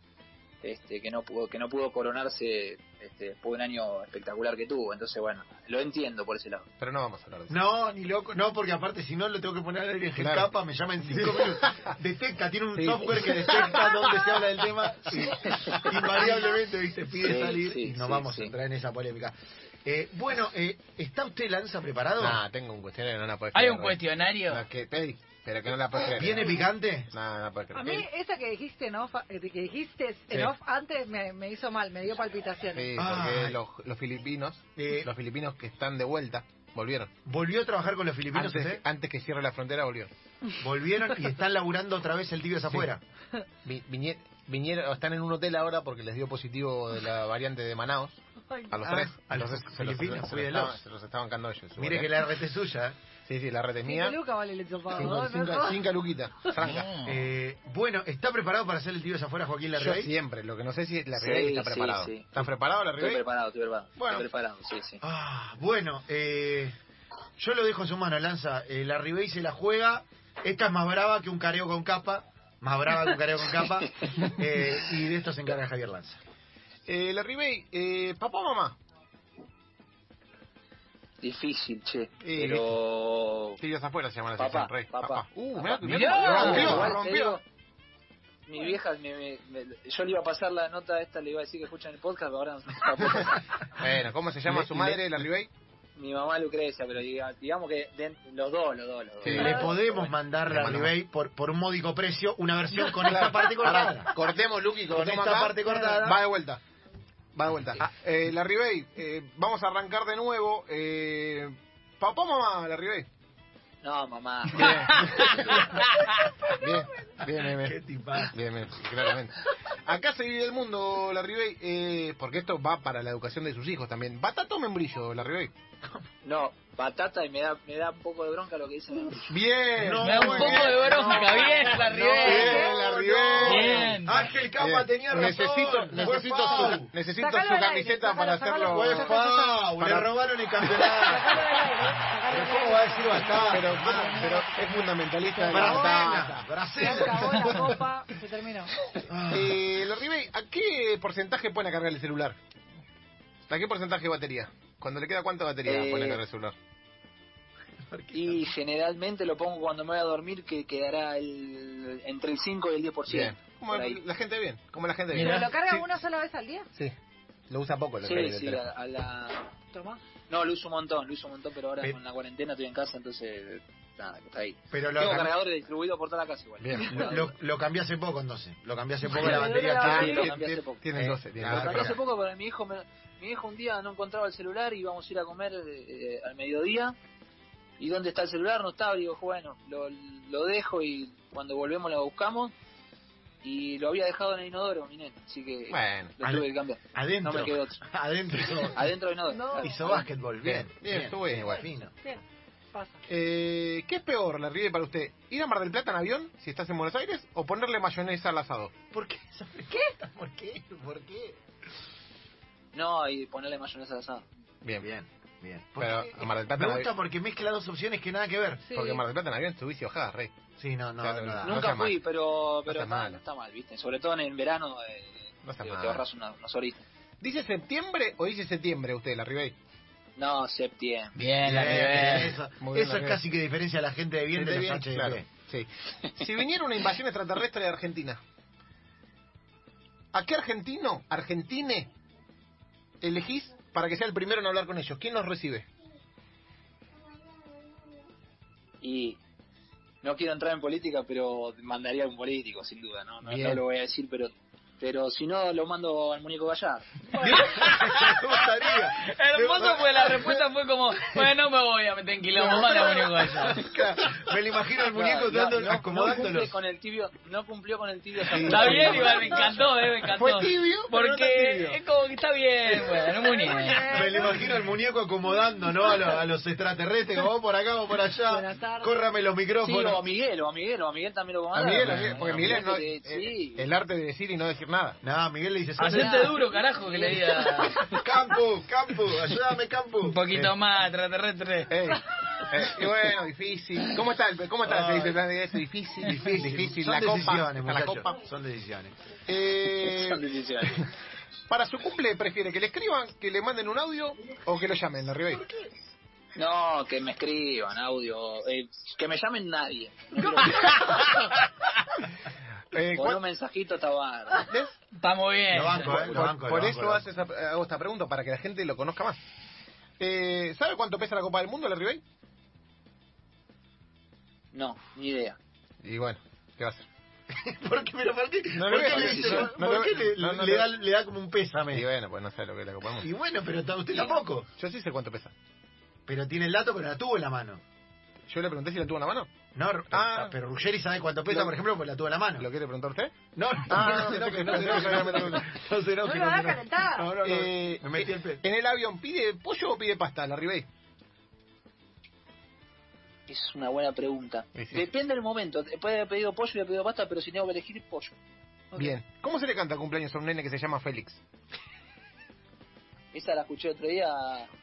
Speaker 4: este, que no pudo que no pudo coronarse este, después de un año espectacular que tuvo. Entonces, bueno, lo entiendo por ese lado.
Speaker 3: Pero no vamos a hablar de eso.
Speaker 1: No, ni loco. No, porque aparte si no lo tengo que poner al aire en
Speaker 3: Claro.
Speaker 1: Gecapa, me llaman en cinco minutos. Detecta, tiene un
Speaker 3: Sí.
Speaker 1: software que
Speaker 4: [LAUGHS]
Speaker 1: detecta dónde se habla del tema. Invariablemente, viste, pide
Speaker 4: Sí,
Speaker 1: salir
Speaker 4: sí,
Speaker 1: y no
Speaker 4: sí,
Speaker 1: vamos
Speaker 4: sí.
Speaker 1: a entrar en esa polémica. Eh, bueno, eh, ¿está usted, Lanza, preparado?
Speaker 3: Nah, tengo un cuestionario, no la puedes
Speaker 5: Hay
Speaker 3: creer,
Speaker 5: un
Speaker 3: Rey.
Speaker 5: cuestionario.
Speaker 3: No, que, pedí, pero que no la puedes creer.
Speaker 1: Ah,
Speaker 3: eh.
Speaker 1: ¿Viene picante?
Speaker 3: No, no la puedes creer.
Speaker 2: A mí esa que dijiste en off, eh, que dijiste en
Speaker 3: Sí.
Speaker 2: off antes me, me hizo mal, me dio palpitaciones.
Speaker 3: Sí,
Speaker 1: Ay.
Speaker 3: porque los, los filipinos,
Speaker 1: Eh.
Speaker 3: los filipinos que están de vuelta, volvieron.
Speaker 1: ¿Volvió a trabajar con los filipinos
Speaker 3: Antes,
Speaker 1: usted?
Speaker 3: antes que cierre la frontera, volvieron.
Speaker 1: Volvieron y están laburando otra vez el tibio es afuera.
Speaker 3: Vi- vinie- vinieron, están en un hotel ahora porque les dio positivo de la variante de Manaos.
Speaker 2: Ay,
Speaker 3: A los
Speaker 1: Ah,
Speaker 3: tres.
Speaker 1: a los
Speaker 3: Entonces, se
Speaker 1: filipinos,
Speaker 3: se los,
Speaker 1: cuídenlos.
Speaker 3: estaban- se los estaban bancando ellos. igual,
Speaker 1: Mire
Speaker 3: ¿eh?
Speaker 1: que la RT es suya.
Speaker 3: Sí, sí, la red es mía.
Speaker 2: Cinco lucas vale el hisopado,
Speaker 3: Cinco,
Speaker 2: ¿no?
Speaker 3: cinco, cinco luquitas, franca.
Speaker 5: No.
Speaker 1: Eh, bueno, ¿está preparado para hacer el tibio es afuera, Joaquín
Speaker 3: Mm. Yo
Speaker 1: Larrey?
Speaker 3: siempre, lo que no sé si la
Speaker 4: Sí,
Speaker 3: Ribey está
Speaker 4: sí,
Speaker 3: preparado.
Speaker 4: sí.
Speaker 3: ¿Estás preparado la
Speaker 4: Estoy
Speaker 3: Ribey?
Speaker 4: preparado, estoy preparado.
Speaker 3: Bueno.
Speaker 4: Estoy preparado, sí, sí.
Speaker 1: Ah, bueno, eh, yo lo dejo en su mano, Lanza. Eh, la Ribey se la juega. Esta es más brava que un careo con capa. Más brava que un careo con capa. Eh, y de esto se encarga Javier Lanza.
Speaker 3: Eh, la Ribey, eh, papá o mamá.
Speaker 4: Difícil, che.
Speaker 3: Y-
Speaker 4: pero.
Speaker 3: Tíos afuera se llama la
Speaker 4: Papá,
Speaker 3: sección, Rey.
Speaker 4: papá.
Speaker 3: Uh, mirá,
Speaker 5: Papá.
Speaker 3: mirá,
Speaker 5: Mirá.
Speaker 3: cómo rompió,
Speaker 4: Igual te
Speaker 3: rompió.
Speaker 4: digo, Mi vieja, me- me- me- yo le iba a pasar la nota esta, le iba a decir que escuchan el podcast, pero ahora no se la puedo
Speaker 3: [LAUGHS]
Speaker 4: pasar.
Speaker 3: Bueno, ¿cómo se llama
Speaker 1: Le-
Speaker 3: su madre, la Ribey?
Speaker 4: Mi mamá Lucrecia, pero diga- digamos que den- los dos, los dos, los dos.
Speaker 3: Sí,
Speaker 1: Le podemos mandar
Speaker 3: Le
Speaker 1: la
Speaker 3: mandamos.
Speaker 1: Ribey por, por un módico precio una versión con esta parte
Speaker 3: Pará,
Speaker 1: cortada.
Speaker 3: cortemos, Luqui,
Speaker 1: Con
Speaker 3: cortemos
Speaker 1: esta
Speaker 3: acá.
Speaker 1: parte cortada.
Speaker 3: Va de vuelta. Va de vuelta. Ah, eh, la Ribey, eh, vamos a arrancar de nuevo. Eh, papá o mamá, la Ribey.
Speaker 4: No, mamá.
Speaker 3: Bien, bien, bien. bien.
Speaker 1: Qué tipazo.
Speaker 3: Bien, bien, claramente. Acá se vive el mundo, la Ribey, eh, porque esto va para la educación de sus hijos también. Batata o membrillo, la Ribey.
Speaker 4: No, batata y me da, me da un poco de bronca lo que dicen.
Speaker 3: Bien,
Speaker 1: No,
Speaker 5: Me da un
Speaker 1: muy
Speaker 5: poco
Speaker 1: bien.
Speaker 5: de bronca,
Speaker 1: No,
Speaker 5: bien, la
Speaker 1: no,
Speaker 5: Ribey.
Speaker 3: bien, la
Speaker 1: no.
Speaker 3: Ribey.
Speaker 5: Bien.
Speaker 1: Ángel Capa
Speaker 3: Bien.
Speaker 1: tenía razón.
Speaker 3: Necesito,
Speaker 1: Fue
Speaker 3: necesito
Speaker 1: foul.
Speaker 3: su, necesito
Speaker 2: Sacalo
Speaker 3: su
Speaker 2: al aire,
Speaker 3: camiseta
Speaker 2: sacalo,
Speaker 3: para
Speaker 2: sacalo.
Speaker 3: hacerlo.
Speaker 1: Fue
Speaker 2: Para-
Speaker 1: foul. Le
Speaker 3: para-
Speaker 1: robaron el campeonato.
Speaker 2: Sacalo del aire, sacalo del
Speaker 1: ¿Cómo
Speaker 2: aire. ¿eh?
Speaker 1: va a decir bastante?
Speaker 3: Pero, pero es fundamentalista de la
Speaker 1: Bracena,
Speaker 3: batata.
Speaker 2: Se acabó
Speaker 1: Bracena.
Speaker 2: la copa, se terminó.
Speaker 1: Ah.
Speaker 3: Eh, la Ribey, ¿a qué porcentaje pueden cargar el celular? ¿A qué porcentaje de batería? Cuando le queda cuánta batería
Speaker 4: Eh,
Speaker 3: pueden cargar el celular?
Speaker 4: Y generalmente lo pongo cuando me voy a dormir, que quedará el, entre el 5 y el 10%.
Speaker 3: Como
Speaker 4: por ahí.
Speaker 3: la gente bien, como la gente bien.
Speaker 2: ¿Pero lo carga
Speaker 3: Sí.
Speaker 2: una sola vez al día?
Speaker 3: Sí. Lo usa poco la
Speaker 4: Sí,
Speaker 3: Ribey, el
Speaker 4: sí,
Speaker 3: teléfono.
Speaker 4: a- a la,
Speaker 2: Tomá.
Speaker 4: No, lo uso un montón, lo uso un montón, pero ahora
Speaker 1: Pe-
Speaker 4: con la cuarentena estoy en casa, entonces nada, está ahí.
Speaker 1: Pero lo,
Speaker 4: Tengo
Speaker 1: cam-
Speaker 4: cargadores distribuidos por toda la casa igual.
Speaker 3: Bien.
Speaker 4: [LAUGHS]
Speaker 1: lo, lo- lo cambié hace poco entonces. Lo cambié hace poco la
Speaker 2: Pero
Speaker 1: batería.
Speaker 2: dura
Speaker 1: está-
Speaker 4: Sí, lo
Speaker 3: tien-
Speaker 4: cambié hace
Speaker 3: tien-
Speaker 4: poco. Ah,
Speaker 3: Tienen
Speaker 1: Eh,
Speaker 3: 12, tienen
Speaker 1: la
Speaker 3: 12,
Speaker 4: Pero
Speaker 1: verdad
Speaker 4: hace
Speaker 3: pero-
Speaker 4: poco porque mi hijo me- mi hijo un día no encontraba el celular y íbamos a ir a comer eh, al mediodía. ¿Y dónde está el celular? No estaba. Digo, bueno, lo, lo dejo y cuando volvemos lo buscamos. Y lo había dejado en el inodoro, mi nene. Así que
Speaker 3: Bueno.
Speaker 4: lo tuve que cambiar.
Speaker 1: Adentro.
Speaker 4: No me quedó otro.
Speaker 1: Adentro.
Speaker 4: Adentro del inodoro.
Speaker 2: No.
Speaker 4: claro.
Speaker 1: Hizo básquetbol. Bien.
Speaker 3: Bien, estuvo bien igual.
Speaker 1: Fino.
Speaker 2: Bien, pasa.
Speaker 3: Eh, ¿Qué es peor, la Rive, para usted? ¿Ir a Mar del Plata en avión, si estás en Buenos Aires, o ponerle mayonesa al asado?
Speaker 1: ¿Por qué? ¿Qué? ¿Por qué? ¿Por qué?
Speaker 4: No, y ponerle mayonesa al asado.
Speaker 3: Bien,
Speaker 1: Bien. Bien.
Speaker 3: Pero
Speaker 1: Porque-
Speaker 3: a Mar del Plata
Speaker 1: me
Speaker 3: en
Speaker 1: gusta
Speaker 3: avión...
Speaker 1: porque mezcla dos opciones que nada que ver.
Speaker 2: Sí.
Speaker 3: Porque en Mar del Plata en avión estuviste ojada, rey.
Speaker 1: Sí, no, no.
Speaker 3: Claro,
Speaker 1: no da.
Speaker 3: Ah, no.
Speaker 4: Nunca
Speaker 3: está mal.
Speaker 4: fui, pero, pero
Speaker 3: está
Speaker 4: está,
Speaker 3: mal.
Speaker 4: no está mal, ¿viste? Sobre todo en el verano eh,
Speaker 3: No está
Speaker 4: te,
Speaker 3: mal.
Speaker 4: te ahorras una- unas horitas.
Speaker 3: ¿Dice septiembre o dice septiembre usted, la Rive?
Speaker 4: No, septiembre.
Speaker 5: Bien, la
Speaker 1: Bien,
Speaker 5: Ribey.
Speaker 1: Eso,
Speaker 3: Muy bien,
Speaker 1: eso
Speaker 3: la
Speaker 1: es
Speaker 3: Ribey.
Speaker 1: casi que diferencia a la gente de bien de los
Speaker 3: Bien,
Speaker 1: HDP.
Speaker 3: claro, sí. Si viniera una invasión extraterrestre de Argentina, ¿a qué argentino, argentine, elegís para que sea el primero en hablar con ellos? ¿Quién los recibe?
Speaker 4: Y no quiero entrar en política, pero mandaría a un político, sin duda. No, no,
Speaker 3: Bien.
Speaker 4: no lo voy a decir, pero Pero si no, lo mando al muñeco Gallar.
Speaker 3: [LAUGHS]
Speaker 1: Me gustaría.
Speaker 5: Hermoso, pues
Speaker 3: [LAUGHS]
Speaker 5: la respuesta fue como, bueno, me voy a meter en quilombo, manda a muñeco allá.
Speaker 1: Me lo imagino al muñeco
Speaker 4: No,
Speaker 1: dando-
Speaker 4: no, no
Speaker 1: acomodándolos.
Speaker 4: cumple con el tibio, no cumplió con el tibio.
Speaker 5: Está bien, igual, me encantó, eh, me encantó.
Speaker 3: Fue tibio, [LAUGHS] pero no tan tibio.
Speaker 5: Porque es como que está bien, bueno, muy
Speaker 1: [LAUGHS]
Speaker 5: bien.
Speaker 1: Me lo imagino al muñeco acomodando, ¿no? A, lo- a los extraterrestres, como vos por acá, vos por allá.
Speaker 2: Buenas tardes.
Speaker 1: Córrame los
Speaker 4: Sí, o a
Speaker 1: micrófonos.
Speaker 4: Miguel, o a Miguel, o a Miguel también lo
Speaker 3: A
Speaker 4: comandaba.
Speaker 3: Miguel, a Miguel, porque
Speaker 4: A
Speaker 3: Miguel no, eh,
Speaker 4: que- sí.
Speaker 3: el arte de decir y no decir nada.
Speaker 1: Nada, Miguel le dice,
Speaker 5: Hacerte duro, carajo, que le diga
Speaker 3: [LAUGHS]
Speaker 1: Campo, campo, ayúdame, campo.
Speaker 5: un poquito
Speaker 1: Eh,
Speaker 5: más, extraterrestre.
Speaker 3: Ey, eh, y bueno, difícil. ¿Cómo está? el- ¿Cómo está? Se dice, "Ah, es difícil,
Speaker 1: Difícil,
Speaker 3: difícil.
Speaker 1: Son
Speaker 3: la copa,
Speaker 1: decisiones,
Speaker 3: está la
Speaker 1: muchachos,
Speaker 3: copa.
Speaker 1: Son decisiones.
Speaker 3: Eh,
Speaker 4: Son decisiones.
Speaker 3: para su cumple, ¿prefiere que le escriban, que le manden un audio o que lo llamen, Ribey?
Speaker 4: No, que me escriban audio, eh, que me llamen nadie.
Speaker 3: Eh, [LAUGHS]
Speaker 4: Con
Speaker 3: ¿cuál-
Speaker 4: un mensajito tabar.
Speaker 3: ¿ves?
Speaker 5: Estamos bien.
Speaker 1: Lo banco, eh,
Speaker 3: Por,
Speaker 1: lo banco.
Speaker 3: por
Speaker 1: lo
Speaker 3: eso
Speaker 1: banco, lo banco.
Speaker 3: hace esa- eh, hago esta pregunta, para que la gente lo conozca más. Eh, ¿Sabe cuánto pesa la Copa del Mundo, la Ribey?
Speaker 4: No, ni idea.
Speaker 3: Y bueno, ¿qué va a hacer?
Speaker 1: ¿Por qué, pero por qué,
Speaker 3: No
Speaker 1: por
Speaker 3: lo
Speaker 1: qué
Speaker 3: veo,
Speaker 1: le,
Speaker 4: sí,
Speaker 1: dice-
Speaker 4: sí,
Speaker 3: no
Speaker 1: por
Speaker 3: lo
Speaker 1: qué
Speaker 3: veo.
Speaker 1: le-
Speaker 3: No, no
Speaker 1: le
Speaker 3: lo
Speaker 1: da,
Speaker 3: veo.
Speaker 1: le da como un
Speaker 3: Y
Speaker 1: pésame?
Speaker 3: bueno, pues no sabe lo que es la Copa del
Speaker 1: Y
Speaker 3: Mundo.
Speaker 1: bueno, pero ta- usted tampoco.
Speaker 3: Yo sí sé cuánto pesa.
Speaker 1: Pero tiene el dato, pero la tuvo en la mano.
Speaker 3: Yo le pregunté si la tuvo en la mano.
Speaker 1: No, pero-
Speaker 3: Ah.
Speaker 1: pero Ruggeri sabe cuánto pesa,
Speaker 3: Lo-
Speaker 1: por ejemplo, porque la tuvo en la mano.
Speaker 3: ¿Lo quiere preguntar usted?
Speaker 1: No,
Speaker 3: Ah,
Speaker 1: [LAUGHS] no,
Speaker 3: no,
Speaker 1: no,
Speaker 3: no,
Speaker 1: no,
Speaker 3: no, no, no, no, no,
Speaker 1: se
Speaker 3: no.
Speaker 2: No
Speaker 1: enoje,
Speaker 2: lo hagas
Speaker 1: se enoje.
Speaker 2: calentar.
Speaker 1: No, no, no.
Speaker 3: Eh,
Speaker 1: Me metí el pelo.
Speaker 3: En el avión, ¿pide pollo o pide pasta, la Ribey?
Speaker 4: Es una buena pregunta.
Speaker 3: Sí, sí.
Speaker 4: Depende del momento. Puede haber pedido pollo y haber pedido pasta, pero si tengo que elegir pollo.
Speaker 2: Ok.
Speaker 3: Bien. ¿Cómo se le canta cumpleaños a un nene que se llama Félix?
Speaker 4: Esa la escuché otro día.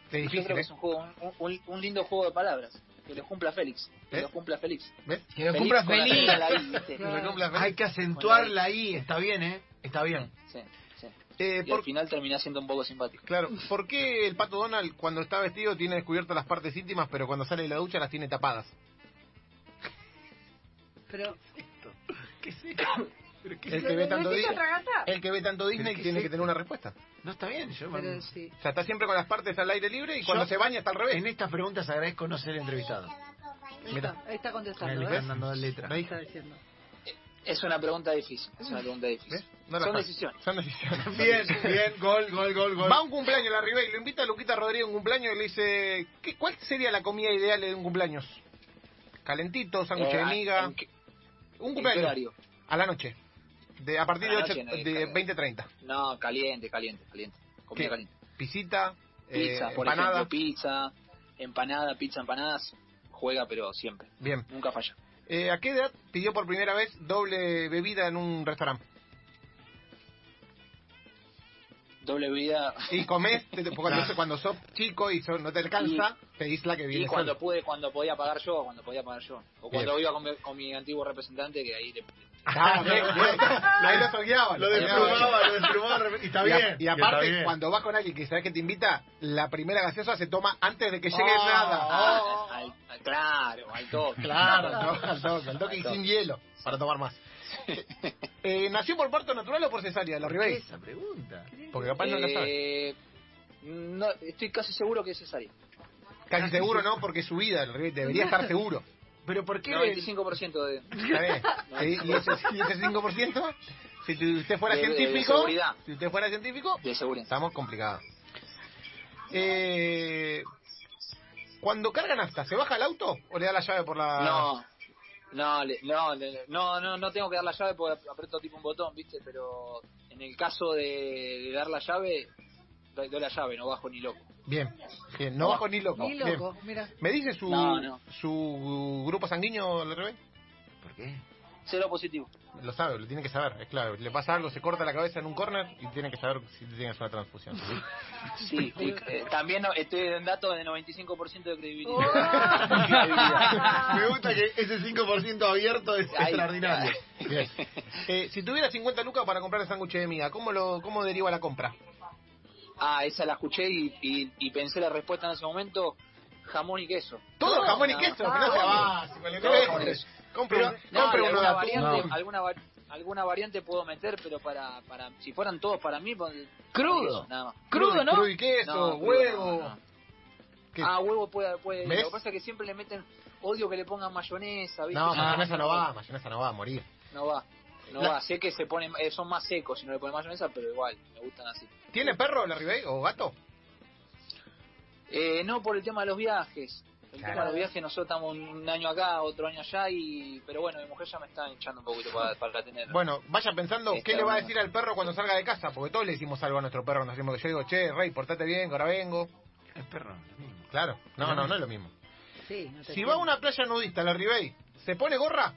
Speaker 3: Qué difícil,
Speaker 4: Yo creo
Speaker 3: ¿eh?
Speaker 4: que es un, juego, un, un- un lindo juego de palabras. Que lo cumpla Félix. Que
Speaker 3: ¿Eh?
Speaker 4: lo cumpla Félix.
Speaker 3: ¿Ves?
Speaker 5: Que lo cumpla
Speaker 4: con la
Speaker 5: feliz.
Speaker 4: letra de la I,
Speaker 3: [LAUGHS]
Speaker 4: ¿viste?
Speaker 2: Claro.
Speaker 3: Que cumpla Félix.
Speaker 1: Hay que acentuarla ahí, está bien, ¿eh? Está bien.
Speaker 4: Sí, sí.
Speaker 3: Eh,
Speaker 4: Y
Speaker 3: por-
Speaker 4: al final termina siendo un poco simpático.
Speaker 3: Claro, ¿por qué el pato Donald cuando está vestido tiene descubiertas las partes íntimas, pero cuando sale de la ducha las tiene tapadas?
Speaker 2: Pero,
Speaker 3: El que ve tanto Eh,
Speaker 2: ¿no es
Speaker 3: Disney,
Speaker 2: atraganta?
Speaker 3: el que ve tanto Disney
Speaker 1: ¿Pero qué
Speaker 3: tiene
Speaker 1: es
Speaker 3: que
Speaker 1: esto?
Speaker 3: tener una respuesta.
Speaker 1: No está bien, yo
Speaker 2: Pero sí.
Speaker 3: O sea, está siempre con las partes al aire libre y cuando
Speaker 1: Yo-
Speaker 3: se baña está al
Speaker 1: En
Speaker 3: revés.
Speaker 1: estas preguntas agradezco no ser entrevistado.
Speaker 2: Ahí
Speaker 3: Mira.
Speaker 2: está, ahí está
Speaker 1: Me
Speaker 2: contestando,
Speaker 1: le
Speaker 2: ¿ves?
Speaker 1: están dando letra.
Speaker 3: ¿Ves?
Speaker 2: Está diciendo.
Speaker 4: Es una pregunta difícil. Es una pregunta difícil.
Speaker 3: ¿Ves? No las
Speaker 4: Son
Speaker 3: hagas.
Speaker 4: decisiones.
Speaker 3: Son decisiones.
Speaker 1: Bien, bien, gol, gol, gol, gol.
Speaker 3: Va a un cumpleaños la Ribey, lo invita a Luquita Rodríguez a un cumpleaños y le dice, ¿qué, ¿cuál sería la comida ideal de un cumpleaños? Calentito, sándwich de
Speaker 4: Eh,
Speaker 3: miga,
Speaker 4: ¿en qué-
Speaker 3: un
Speaker 4: en qué
Speaker 3: cumpleaños
Speaker 4: horario?
Speaker 3: a la noche. De, a partir
Speaker 4: A
Speaker 3: de,
Speaker 4: la
Speaker 3: ocho-
Speaker 4: noche, no,
Speaker 3: de
Speaker 4: claro.
Speaker 3: 20.30.
Speaker 4: No, caliente, caliente, caliente. Comida
Speaker 3: ¿Qué?
Speaker 4: caliente.
Speaker 3: Pisita, eh,
Speaker 4: Pizza, por
Speaker 3: empanada.
Speaker 4: ejemplo, pizza, empanada, pizza, empanadas. Juega, pero siempre.
Speaker 3: Bien.
Speaker 4: Nunca falla.
Speaker 3: Eh, ¿A qué edad pidió por primera vez doble bebida en un restaurante?
Speaker 4: Doble
Speaker 3: [LAUGHS]
Speaker 4: vida.
Speaker 3: Y comés, te- te- cuando, cuando sos chico y so- no te alcanza, pedís la que viene.
Speaker 4: Y cuando
Speaker 3: sola.
Speaker 4: pude, cuando podía pagar yo, cuando podía pagar yo. O cuando iba con mi, con mi antiguo representante, que ahí le,
Speaker 3: Ah, [LAUGHS] ve, ve, ahí lo soñaba.
Speaker 1: Lo
Speaker 3: soñaba.
Speaker 1: desplumaba, lo desplumaba. Y está
Speaker 3: Y, a-
Speaker 1: bien.
Speaker 3: y aparte,
Speaker 1: está bien.
Speaker 3: cuando vas con alguien que sabes que te invita, la primera gaseosa se toma antes de que llegue
Speaker 4: Oh,
Speaker 3: nada.
Speaker 4: ah, al- al- claro, al toque.
Speaker 3: [LAUGHS] Claro, al toque, al toque, al toque y
Speaker 4: Al toque.
Speaker 3: sin hielo, para tomar más. Eh, ¿Nació por parto natural o por cesárea, la
Speaker 1: ¿Qué
Speaker 3: Ribey?
Speaker 1: es Esa pregunta.
Speaker 3: Porque capaz no la sabes.
Speaker 4: Eh, no, estoy casi seguro que es cesárea.
Speaker 3: Casi seguro no, porque es su vida, la Ribey debería estar seguro.
Speaker 1: Pero ¿por qué?
Speaker 4: 95% de,
Speaker 3: Está bien. Sí, y ese, y ese 5%, si tu- usted fuera
Speaker 4: De- de- de
Speaker 3: científico,
Speaker 4: seguridad.
Speaker 3: si usted fuera científico,
Speaker 4: de seguridad.
Speaker 3: estamos complicados. Eh, cuando cargan hasta, ¿se baja el auto o le da la llave por la...?
Speaker 4: No, no, le- no, le- no, no, no tengo que dar la llave porque ap- aprieto tipo un botón, ¿viste? Pero en el caso de, de dar la llave, doy, doy la llave, no bajo ni loco.
Speaker 3: Bien, bien, no bajo ni loco.
Speaker 2: Ni
Speaker 3: Bien.
Speaker 2: loco, mira.
Speaker 3: ¿Me dice su,
Speaker 4: No, no.
Speaker 3: su grupo sanguíneo al revés?
Speaker 1: ¿Por qué?
Speaker 4: Cero positivo.
Speaker 3: Lo sabe, lo tiene que saber, es clave. Le pasa algo, se corta la cabeza en un corner y tiene que saber si tienes una transfusión. [LAUGHS]
Speaker 4: Sí, estoy- eh, también no- estoy en datos de 95% de
Speaker 2: ¡Oh!
Speaker 3: [LAUGHS]
Speaker 4: credibilidad.
Speaker 2: [LAUGHS]
Speaker 1: Me gusta que ese 5% abierto es
Speaker 4: Ahí.
Speaker 1: extraordinario.
Speaker 3: Bien. Eh, si tuviera 50 lucas para comprar el sándwich de miga, ¿cómo, lo, ¿cómo deriva la compra?
Speaker 4: Ah, esa la escuché y, y- y pensé la respuesta en ese momento, jamón y queso.
Speaker 3: Todo jamón y
Speaker 4: no.
Speaker 3: queso,
Speaker 2: Ah,
Speaker 3: que no se
Speaker 2: bueno.
Speaker 3: va. si me le
Speaker 4: Todo
Speaker 3: crees.
Speaker 4: con eso.
Speaker 3: Compre un-
Speaker 4: No,
Speaker 3: compre
Speaker 4: y
Speaker 3: uno de
Speaker 4: alguna,
Speaker 3: atún.
Speaker 4: variante, alguna, va- alguna variante puedo meter, pero para, para si fueran todos para mí, pues,
Speaker 5: Crudo.
Speaker 4: eso, nada más.
Speaker 5: Crudo, ¿no?
Speaker 3: Crudo y queso,
Speaker 4: No, crudo,
Speaker 3: huevo.
Speaker 4: no, no.
Speaker 3: ¿Qué?
Speaker 4: Ah, huevo puede, puede.
Speaker 3: ¿Ves?
Speaker 4: Lo que pasa es que siempre le meten odio que le pongan mayonesa, ¿viste?
Speaker 3: No,
Speaker 4: Ah,
Speaker 3: mayonesa no va, mayonesa no va a morir.
Speaker 4: No va. No
Speaker 3: La-
Speaker 4: va, sé que se ponen, eh, son más secos si no le ponen mayonesa, pero igual, me gustan así.
Speaker 3: ¿Tiene perro la Ribey o gato?
Speaker 4: Eh, no por el tema de los viajes. El
Speaker 1: Claro.
Speaker 4: tema de los viajes, nosotros estamos un, un año acá, otro año allá, y pero bueno, mi mujer ya me está hinchando un poquito para, para tener.
Speaker 3: Bueno, vaya pensando
Speaker 4: Está
Speaker 3: qué le va a
Speaker 4: bueno.
Speaker 3: decir al perro cuando salga de casa, porque todos le decimos algo a nuestro perro. Nos decimos que yo digo, che, Rey, portate bien, que ahora vengo.
Speaker 1: Es perro, lo mismo.
Speaker 3: Claro, no, no, no es lo mismo.
Speaker 2: Sí, no te
Speaker 3: Si va a
Speaker 2: entiendo.
Speaker 3: una playa nudista, la Ribey, ¿se pone gorra?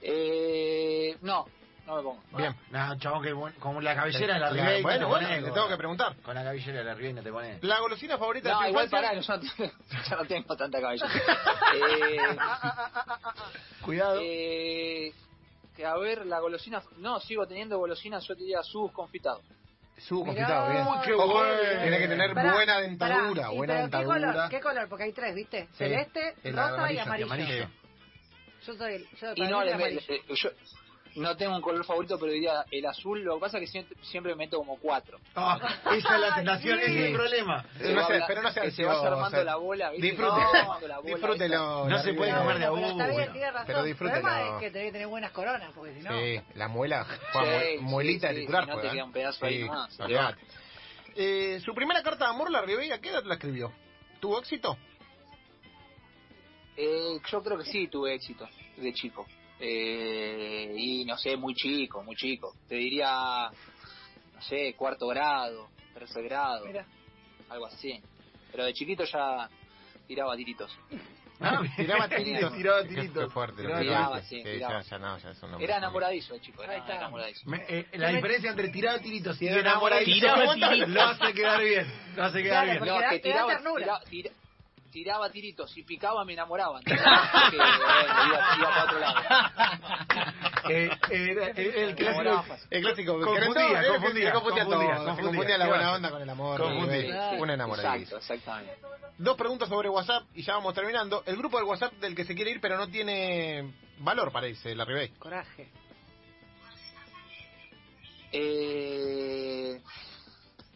Speaker 4: Eh, no, no me pongo.
Speaker 3: Bien.
Speaker 1: No, chabón, que buen- con la cabellera de la Ribey.
Speaker 3: Bueno,
Speaker 1: no te
Speaker 3: bueno,
Speaker 1: ponés,
Speaker 3: le
Speaker 1: gorra.
Speaker 3: tengo que preguntar.
Speaker 1: Con la cabellera de la Ribey no te pones.
Speaker 3: La golosina favorita de
Speaker 4: No,
Speaker 3: su
Speaker 4: igual
Speaker 3: infancia?
Speaker 4: pará, yo no, tengo- [LAUGHS] ya no tengo tanta cabeza.
Speaker 3: [LAUGHS]
Speaker 4: eh,
Speaker 1: Cuidado.
Speaker 4: eh, que a ver, la golosina. No, sigo teniendo golosinas, yo te diría sus confitados.
Speaker 3: Subo
Speaker 2: Mirá. confitado,
Speaker 1: ¿eh?
Speaker 2: bien. Uy, qué
Speaker 3: Ojo,
Speaker 1: bueno.
Speaker 3: Tiene que tener
Speaker 2: Pará,
Speaker 3: buena
Speaker 2: pará,
Speaker 3: dentadura,
Speaker 2: y
Speaker 3: buena
Speaker 2: pero ¿qué
Speaker 3: dentadura.
Speaker 2: color? ¿Qué color? Porque hay tres, ¿viste? Celeste,
Speaker 1: El
Speaker 2: rosa y
Speaker 1: amarillo,
Speaker 2: amarillo.
Speaker 1: el amarillo.
Speaker 2: Yo soy el, yo
Speaker 4: Y
Speaker 2: para
Speaker 4: no,
Speaker 2: mí el
Speaker 4: le-
Speaker 2: amarillo.
Speaker 4: le- yo no tengo un color favorito, pero diría el azul. Lo que pasa es que siempre, siempre me meto como cuatro.
Speaker 1: [LAUGHS] Ah, esa es la tentación,
Speaker 2: Sí.
Speaker 1: ese es el problema.
Speaker 3: Eh, no
Speaker 4: va
Speaker 3: sé,
Speaker 4: habla-
Speaker 3: pero no sea
Speaker 4: que se vaya
Speaker 3: ansioso.
Speaker 4: armando la bola, ¿viste?
Speaker 3: Disfrute-
Speaker 4: Se va armando la bola,
Speaker 3: Disfrútelo.
Speaker 1: No
Speaker 3: la
Speaker 1: se puede
Speaker 3: Ribey.
Speaker 1: comer de a
Speaker 2: Pero está bien,
Speaker 1: uno.
Speaker 2: tiene razón.
Speaker 3: Pero
Speaker 2: el problema
Speaker 3: disfrútelo.
Speaker 2: es que tenés que tener buenas coronas, porque si no...
Speaker 3: Sí, la muela,
Speaker 4: Sí,
Speaker 3: Juan, mue-
Speaker 4: sí,
Speaker 3: muelita
Speaker 4: sí,
Speaker 3: de pues, titular.
Speaker 4: si no te
Speaker 3: juega,
Speaker 4: queda un pedazo ahí nomás.
Speaker 3: olvidate. Eh, su primera carta de amor, la Ribey, ¿a qué edad la escribió? ¿Tuvo éxito?
Speaker 4: Eh, yo creo que sí tuve éxito de chico. Eh, y no sé, muy chico, muy chico. Te diría, no sé, cuarto grado, tercer grado,
Speaker 2: Mira,
Speaker 4: algo así. Pero de chiquito ya tiraba tiritos.
Speaker 1: Ah,
Speaker 3: [LAUGHS] Tiraba
Speaker 4: tiritos,
Speaker 1: [LAUGHS] tiraba
Speaker 3: Qué-
Speaker 1: tiritos.
Speaker 3: Qué fuerte.
Speaker 1: Tiraba
Speaker 3: que
Speaker 4: tiraba,
Speaker 3: dijiste.
Speaker 4: sí, tiraba.
Speaker 3: Ya, ya no, ya es un hombre.
Speaker 4: Era enamoradizo de chico, era
Speaker 2: Ahí está.
Speaker 4: enamoradizo.
Speaker 1: Me- eh, la diferencia entre tiraba tiritos y enamoradizo
Speaker 5: Tiraba
Speaker 1: [LAUGHS]
Speaker 5: tiritos.
Speaker 1: lo hace quedar bien. Lo hace quedar
Speaker 2: Claro,
Speaker 1: bien.
Speaker 2: porque da- te da ternura.
Speaker 4: tira- tira- tiraba tiritos, si picaba me
Speaker 2: [LAUGHS]
Speaker 4: enamoraba. ¿entendés? Porque, bueno, iba, iba para otro lado.
Speaker 1: Eh, eh, era- el, el clásico.
Speaker 3: El clásico.
Speaker 1: Confundía,
Speaker 3: ¿querés todo? Era-
Speaker 1: confundía,
Speaker 3: se confundía todo,
Speaker 1: confundía,
Speaker 3: Se
Speaker 1: confundía.
Speaker 3: confundía la
Speaker 1: ¿Qué vas
Speaker 3: buena
Speaker 1: a
Speaker 3: onda con el amor.
Speaker 1: Confundía.
Speaker 3: Ribey.
Speaker 4: Sí,
Speaker 3: Una
Speaker 4: Exacto,
Speaker 3: enamoradiza.
Speaker 4: exactamente.
Speaker 3: Dos preguntas sobre WhatsApp y ya vamos terminando. El grupo del WhatsApp del que se quiere ir pero no tiene valor para irse, la Ribey.
Speaker 2: coraje.
Speaker 4: Eh,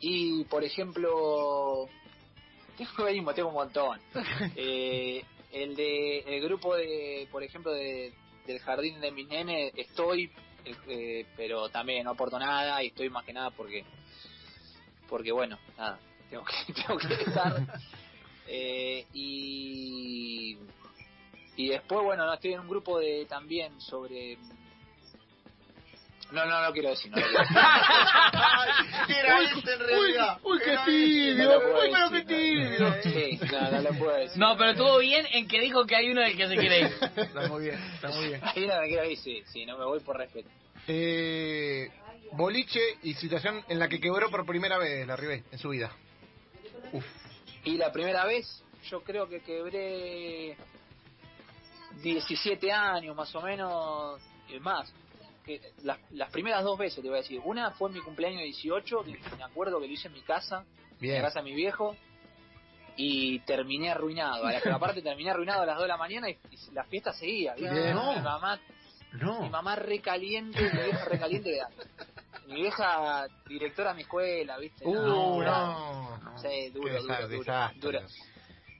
Speaker 4: y, por ejemplo, tengo ahí, tengo un montón. Eh, el de el grupo de, por ejemplo, de, del jardín de mis nenes, estoy, eh, pero también no aporto nada y estoy más que nada porque, porque bueno, nada, tengo que, [LAUGHS] tengo que estar. Eh, y, y después, bueno, no, estoy en un grupo de también sobre... No, no, no quiero decir, no lo quiero decir.
Speaker 1: Era ese en realidad.
Speaker 3: uy, qué
Speaker 1: Era
Speaker 3: tibio.
Speaker 4: No lo puedo
Speaker 3: Uy, pero qué
Speaker 4: decir,
Speaker 3: tibio.
Speaker 4: no. Sí, no, no lo puedo decir.
Speaker 5: No, pero estuvo bien en que dijo que hay uno del que se quiere ir.
Speaker 1: ese. Está muy bien, está muy bien.
Speaker 4: Ahí no me quiero ir, sí, sí, no me voy por respeto.
Speaker 3: Eh, boliche y situación en la que quebró por primera vez la Ribey en su vida.
Speaker 4: Y la primera vez, yo creo que quebré 17 años más o menos, es más. Que las, las primeras dos veces, te voy a decir. Una fue en mi cumpleaños de 18, que me acuerdo que lo hice en mi casa, en
Speaker 3: Bien.
Speaker 4: la casa de mi viejo, y terminé arruinado. A la- pero aparte terminé arruinado a las 2 de la mañana y, y la fiesta seguía. ¿viste?
Speaker 2: Bien.
Speaker 4: Mi mamá Mi
Speaker 1: No.
Speaker 4: mamá recaliente, mi vieja recaliente. de- Mi vieja directora de mi escuela, ¿viste?
Speaker 3: Uh, no.
Speaker 4: era- Sí,
Speaker 3: Qué
Speaker 4: duro, duro,
Speaker 3: desastre,
Speaker 4: duro,
Speaker 3: desastre.
Speaker 4: duro.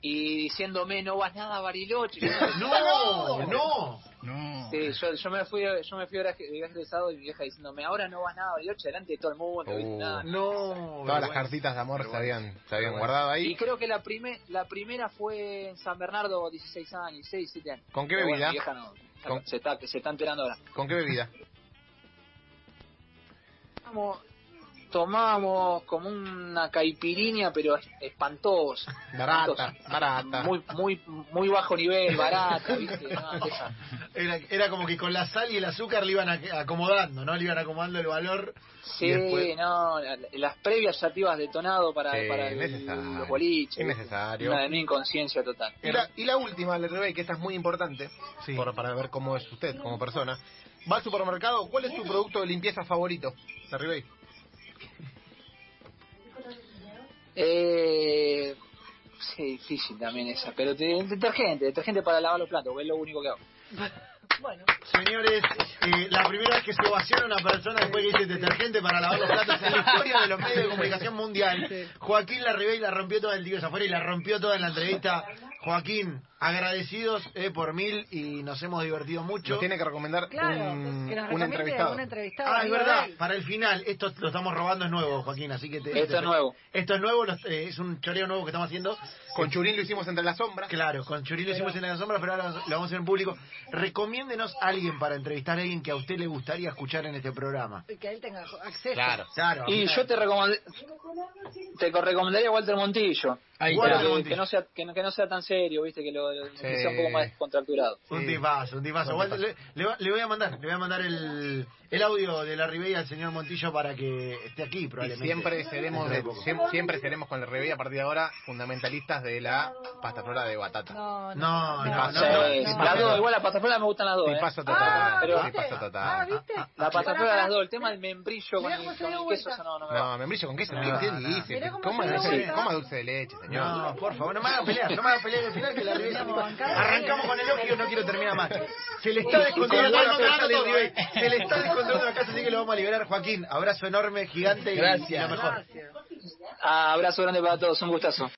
Speaker 4: Y diciéndome, no vas nada a Bariloche. Yo,
Speaker 1: No, no.
Speaker 3: [LAUGHS]
Speaker 5: No.
Speaker 4: sí, yo, yo me fui, yo me fui de viaje- de viaje egresado y mi vieja diciéndome, ahora no vas nada a Bariloche, delante de todo el mundo. ¿viste?
Speaker 3: Uh.
Speaker 4: Nada.
Speaker 1: No.
Speaker 3: Todas las cartitas de amor se habían, se habían guardado
Speaker 4: Y
Speaker 3: ahí.
Speaker 4: creo que la, prime- la primera fue en San Bernardo, 16 años, 16, 17 años.
Speaker 3: ¿Con qué
Speaker 4: Pero bueno,
Speaker 3: bebida?
Speaker 4: mi vieja no,
Speaker 3: ¿Con-
Speaker 4: se, está, se está enterando ahora.
Speaker 3: ¿Con
Speaker 4: [LAUGHS]
Speaker 3: qué bebida?
Speaker 4: Tomamos, tomamos como una caipirinha, pero es- espantosa.
Speaker 3: Barata, barata.
Speaker 4: muy muy muy bajo nivel, barato,
Speaker 3: [LAUGHS]
Speaker 4: ¿viste? No, de esa.
Speaker 1: Era, era como que con la sal y el azúcar le iban a- acomodando, ¿no? Le iban acomodando el valor.
Speaker 4: Sí,
Speaker 1: Y después-
Speaker 4: no, la- las previas ya te ibas detonado para,
Speaker 3: Sí,
Speaker 4: para el-
Speaker 3: innecesario.
Speaker 4: los boliches.
Speaker 3: Innecesario.
Speaker 4: Una de mi inconsciencia total.
Speaker 3: Y la, y la última, la Ribey, que esta es muy importante,
Speaker 1: Sí.
Speaker 3: por- para ver cómo es usted como persona. Va al supermercado, ¿cuál es su producto de limpieza favorito? La Ribey.
Speaker 4: Eh, sí, difícil también esa, pero te- detergente, detergente para lavar los platos, que es lo único que hago.
Speaker 2: Bueno,
Speaker 1: Señores, eh, la primera vez que se ovaciona una persona después que dice detergente para lavar los platos en la historia de los medios de comunicación mundial. Joaquín Larribey la rompió toda el día afuera y la rompió toda en la entrevista. Joaquín, agradecidos eh, por mil y nos hemos divertido mucho.
Speaker 3: Nos tiene que recomendar
Speaker 2: Claro,
Speaker 3: un,
Speaker 2: que
Speaker 3: un
Speaker 2: nos recomiende
Speaker 3: entrevistado.
Speaker 2: un entrevistado.
Speaker 1: Ah, es
Speaker 2: amigo de
Speaker 1: verdad,
Speaker 2: él.
Speaker 1: para el final, esto lo estamos robando, es nuevo, Joaquín, así que... Te,
Speaker 4: Esto
Speaker 1: te-
Speaker 4: es nuevo.
Speaker 1: Esto es nuevo, los- eh, es un choreo nuevo que estamos haciendo.
Speaker 3: Con Churín lo hicimos entre las sombras.
Speaker 1: Claro, con Churín lo hicimos en la sombra, pero ahora lo vamos a hacer en público. Recomiéndenos a alguien para entrevistar a alguien que a usted le gustaría escuchar en este programa.
Speaker 2: Y que él tenga acceso.
Speaker 1: Claro.
Speaker 4: Y
Speaker 1: claro.
Speaker 4: yo te recomendé, te co- recomendaría a Walter Montillo.
Speaker 3: Ahí
Speaker 1: Walter
Speaker 4: Pero que-
Speaker 1: Montillo.
Speaker 4: Que no, sea, que, no, que no sea tan serio, viste, que, lo, lo- que sea un poco más descontracturado.
Speaker 1: Un
Speaker 3: Sí.
Speaker 1: tipazo, un tipazo.
Speaker 3: Un
Speaker 1: Walter,
Speaker 3: tipazo.
Speaker 1: Le, le va- le voy a mandar, le voy a mandar el, el audio de la Ribeira al señor Montillo para que esté aquí,
Speaker 3: Y
Speaker 1: probablemente.
Speaker 3: siempre seremos, de-
Speaker 1: Dentro de poco.
Speaker 3: siem- siempre seremos con la revía a partir de ahora fundamentalistas de la pasta flora de batata.
Speaker 1: No,
Speaker 2: No,
Speaker 1: no,
Speaker 4: Sí,
Speaker 1: no, no,
Speaker 4: las
Speaker 1: no.
Speaker 4: dos, igual la pastaflora me gustan las dos.
Speaker 3: Te
Speaker 4: eh.
Speaker 3: paso total.
Speaker 2: Ah,
Speaker 3: te
Speaker 4: pero-
Speaker 2: ¿viste?
Speaker 3: paso total.
Speaker 2: Ah, ¿viste?
Speaker 4: La pastaflora
Speaker 2: Pará,
Speaker 4: las
Speaker 2: pará.
Speaker 4: dos, el tema del membrillo con
Speaker 2: Mirá
Speaker 4: el,
Speaker 2: cómo se
Speaker 4: con
Speaker 2: dio
Speaker 4: el
Speaker 2: vuelta.
Speaker 4: queso, eso no, no me va.
Speaker 3: No, membrillo con queso.
Speaker 1: No,
Speaker 3: ¿Qué
Speaker 1: no.
Speaker 3: usted dice?
Speaker 2: Mirá cómo
Speaker 3: Coma,
Speaker 2: se dio
Speaker 3: dulce-
Speaker 1: vuelta.
Speaker 3: coma dulce de leche, señor.
Speaker 1: No, por favor, no me hagan pelear, no me hagan pelear al final que la Ribeira se
Speaker 2: Vamos,
Speaker 1: fue.
Speaker 2: bancada.
Speaker 1: Arrancamos con el elogio, no quiero terminar más. Se le está descontrolando
Speaker 3: Igual
Speaker 1: la
Speaker 3: no te
Speaker 1: casa,
Speaker 3: trata todo,
Speaker 1: le- se le está descontrolando la casa, así que lo vamos a liberar, Joaquín. Abrazo enorme, gigante y, y lo
Speaker 5: Gracias.
Speaker 1: mejor.
Speaker 2: Gracias.
Speaker 4: Ah, abrazo grande para todos, un gustazo.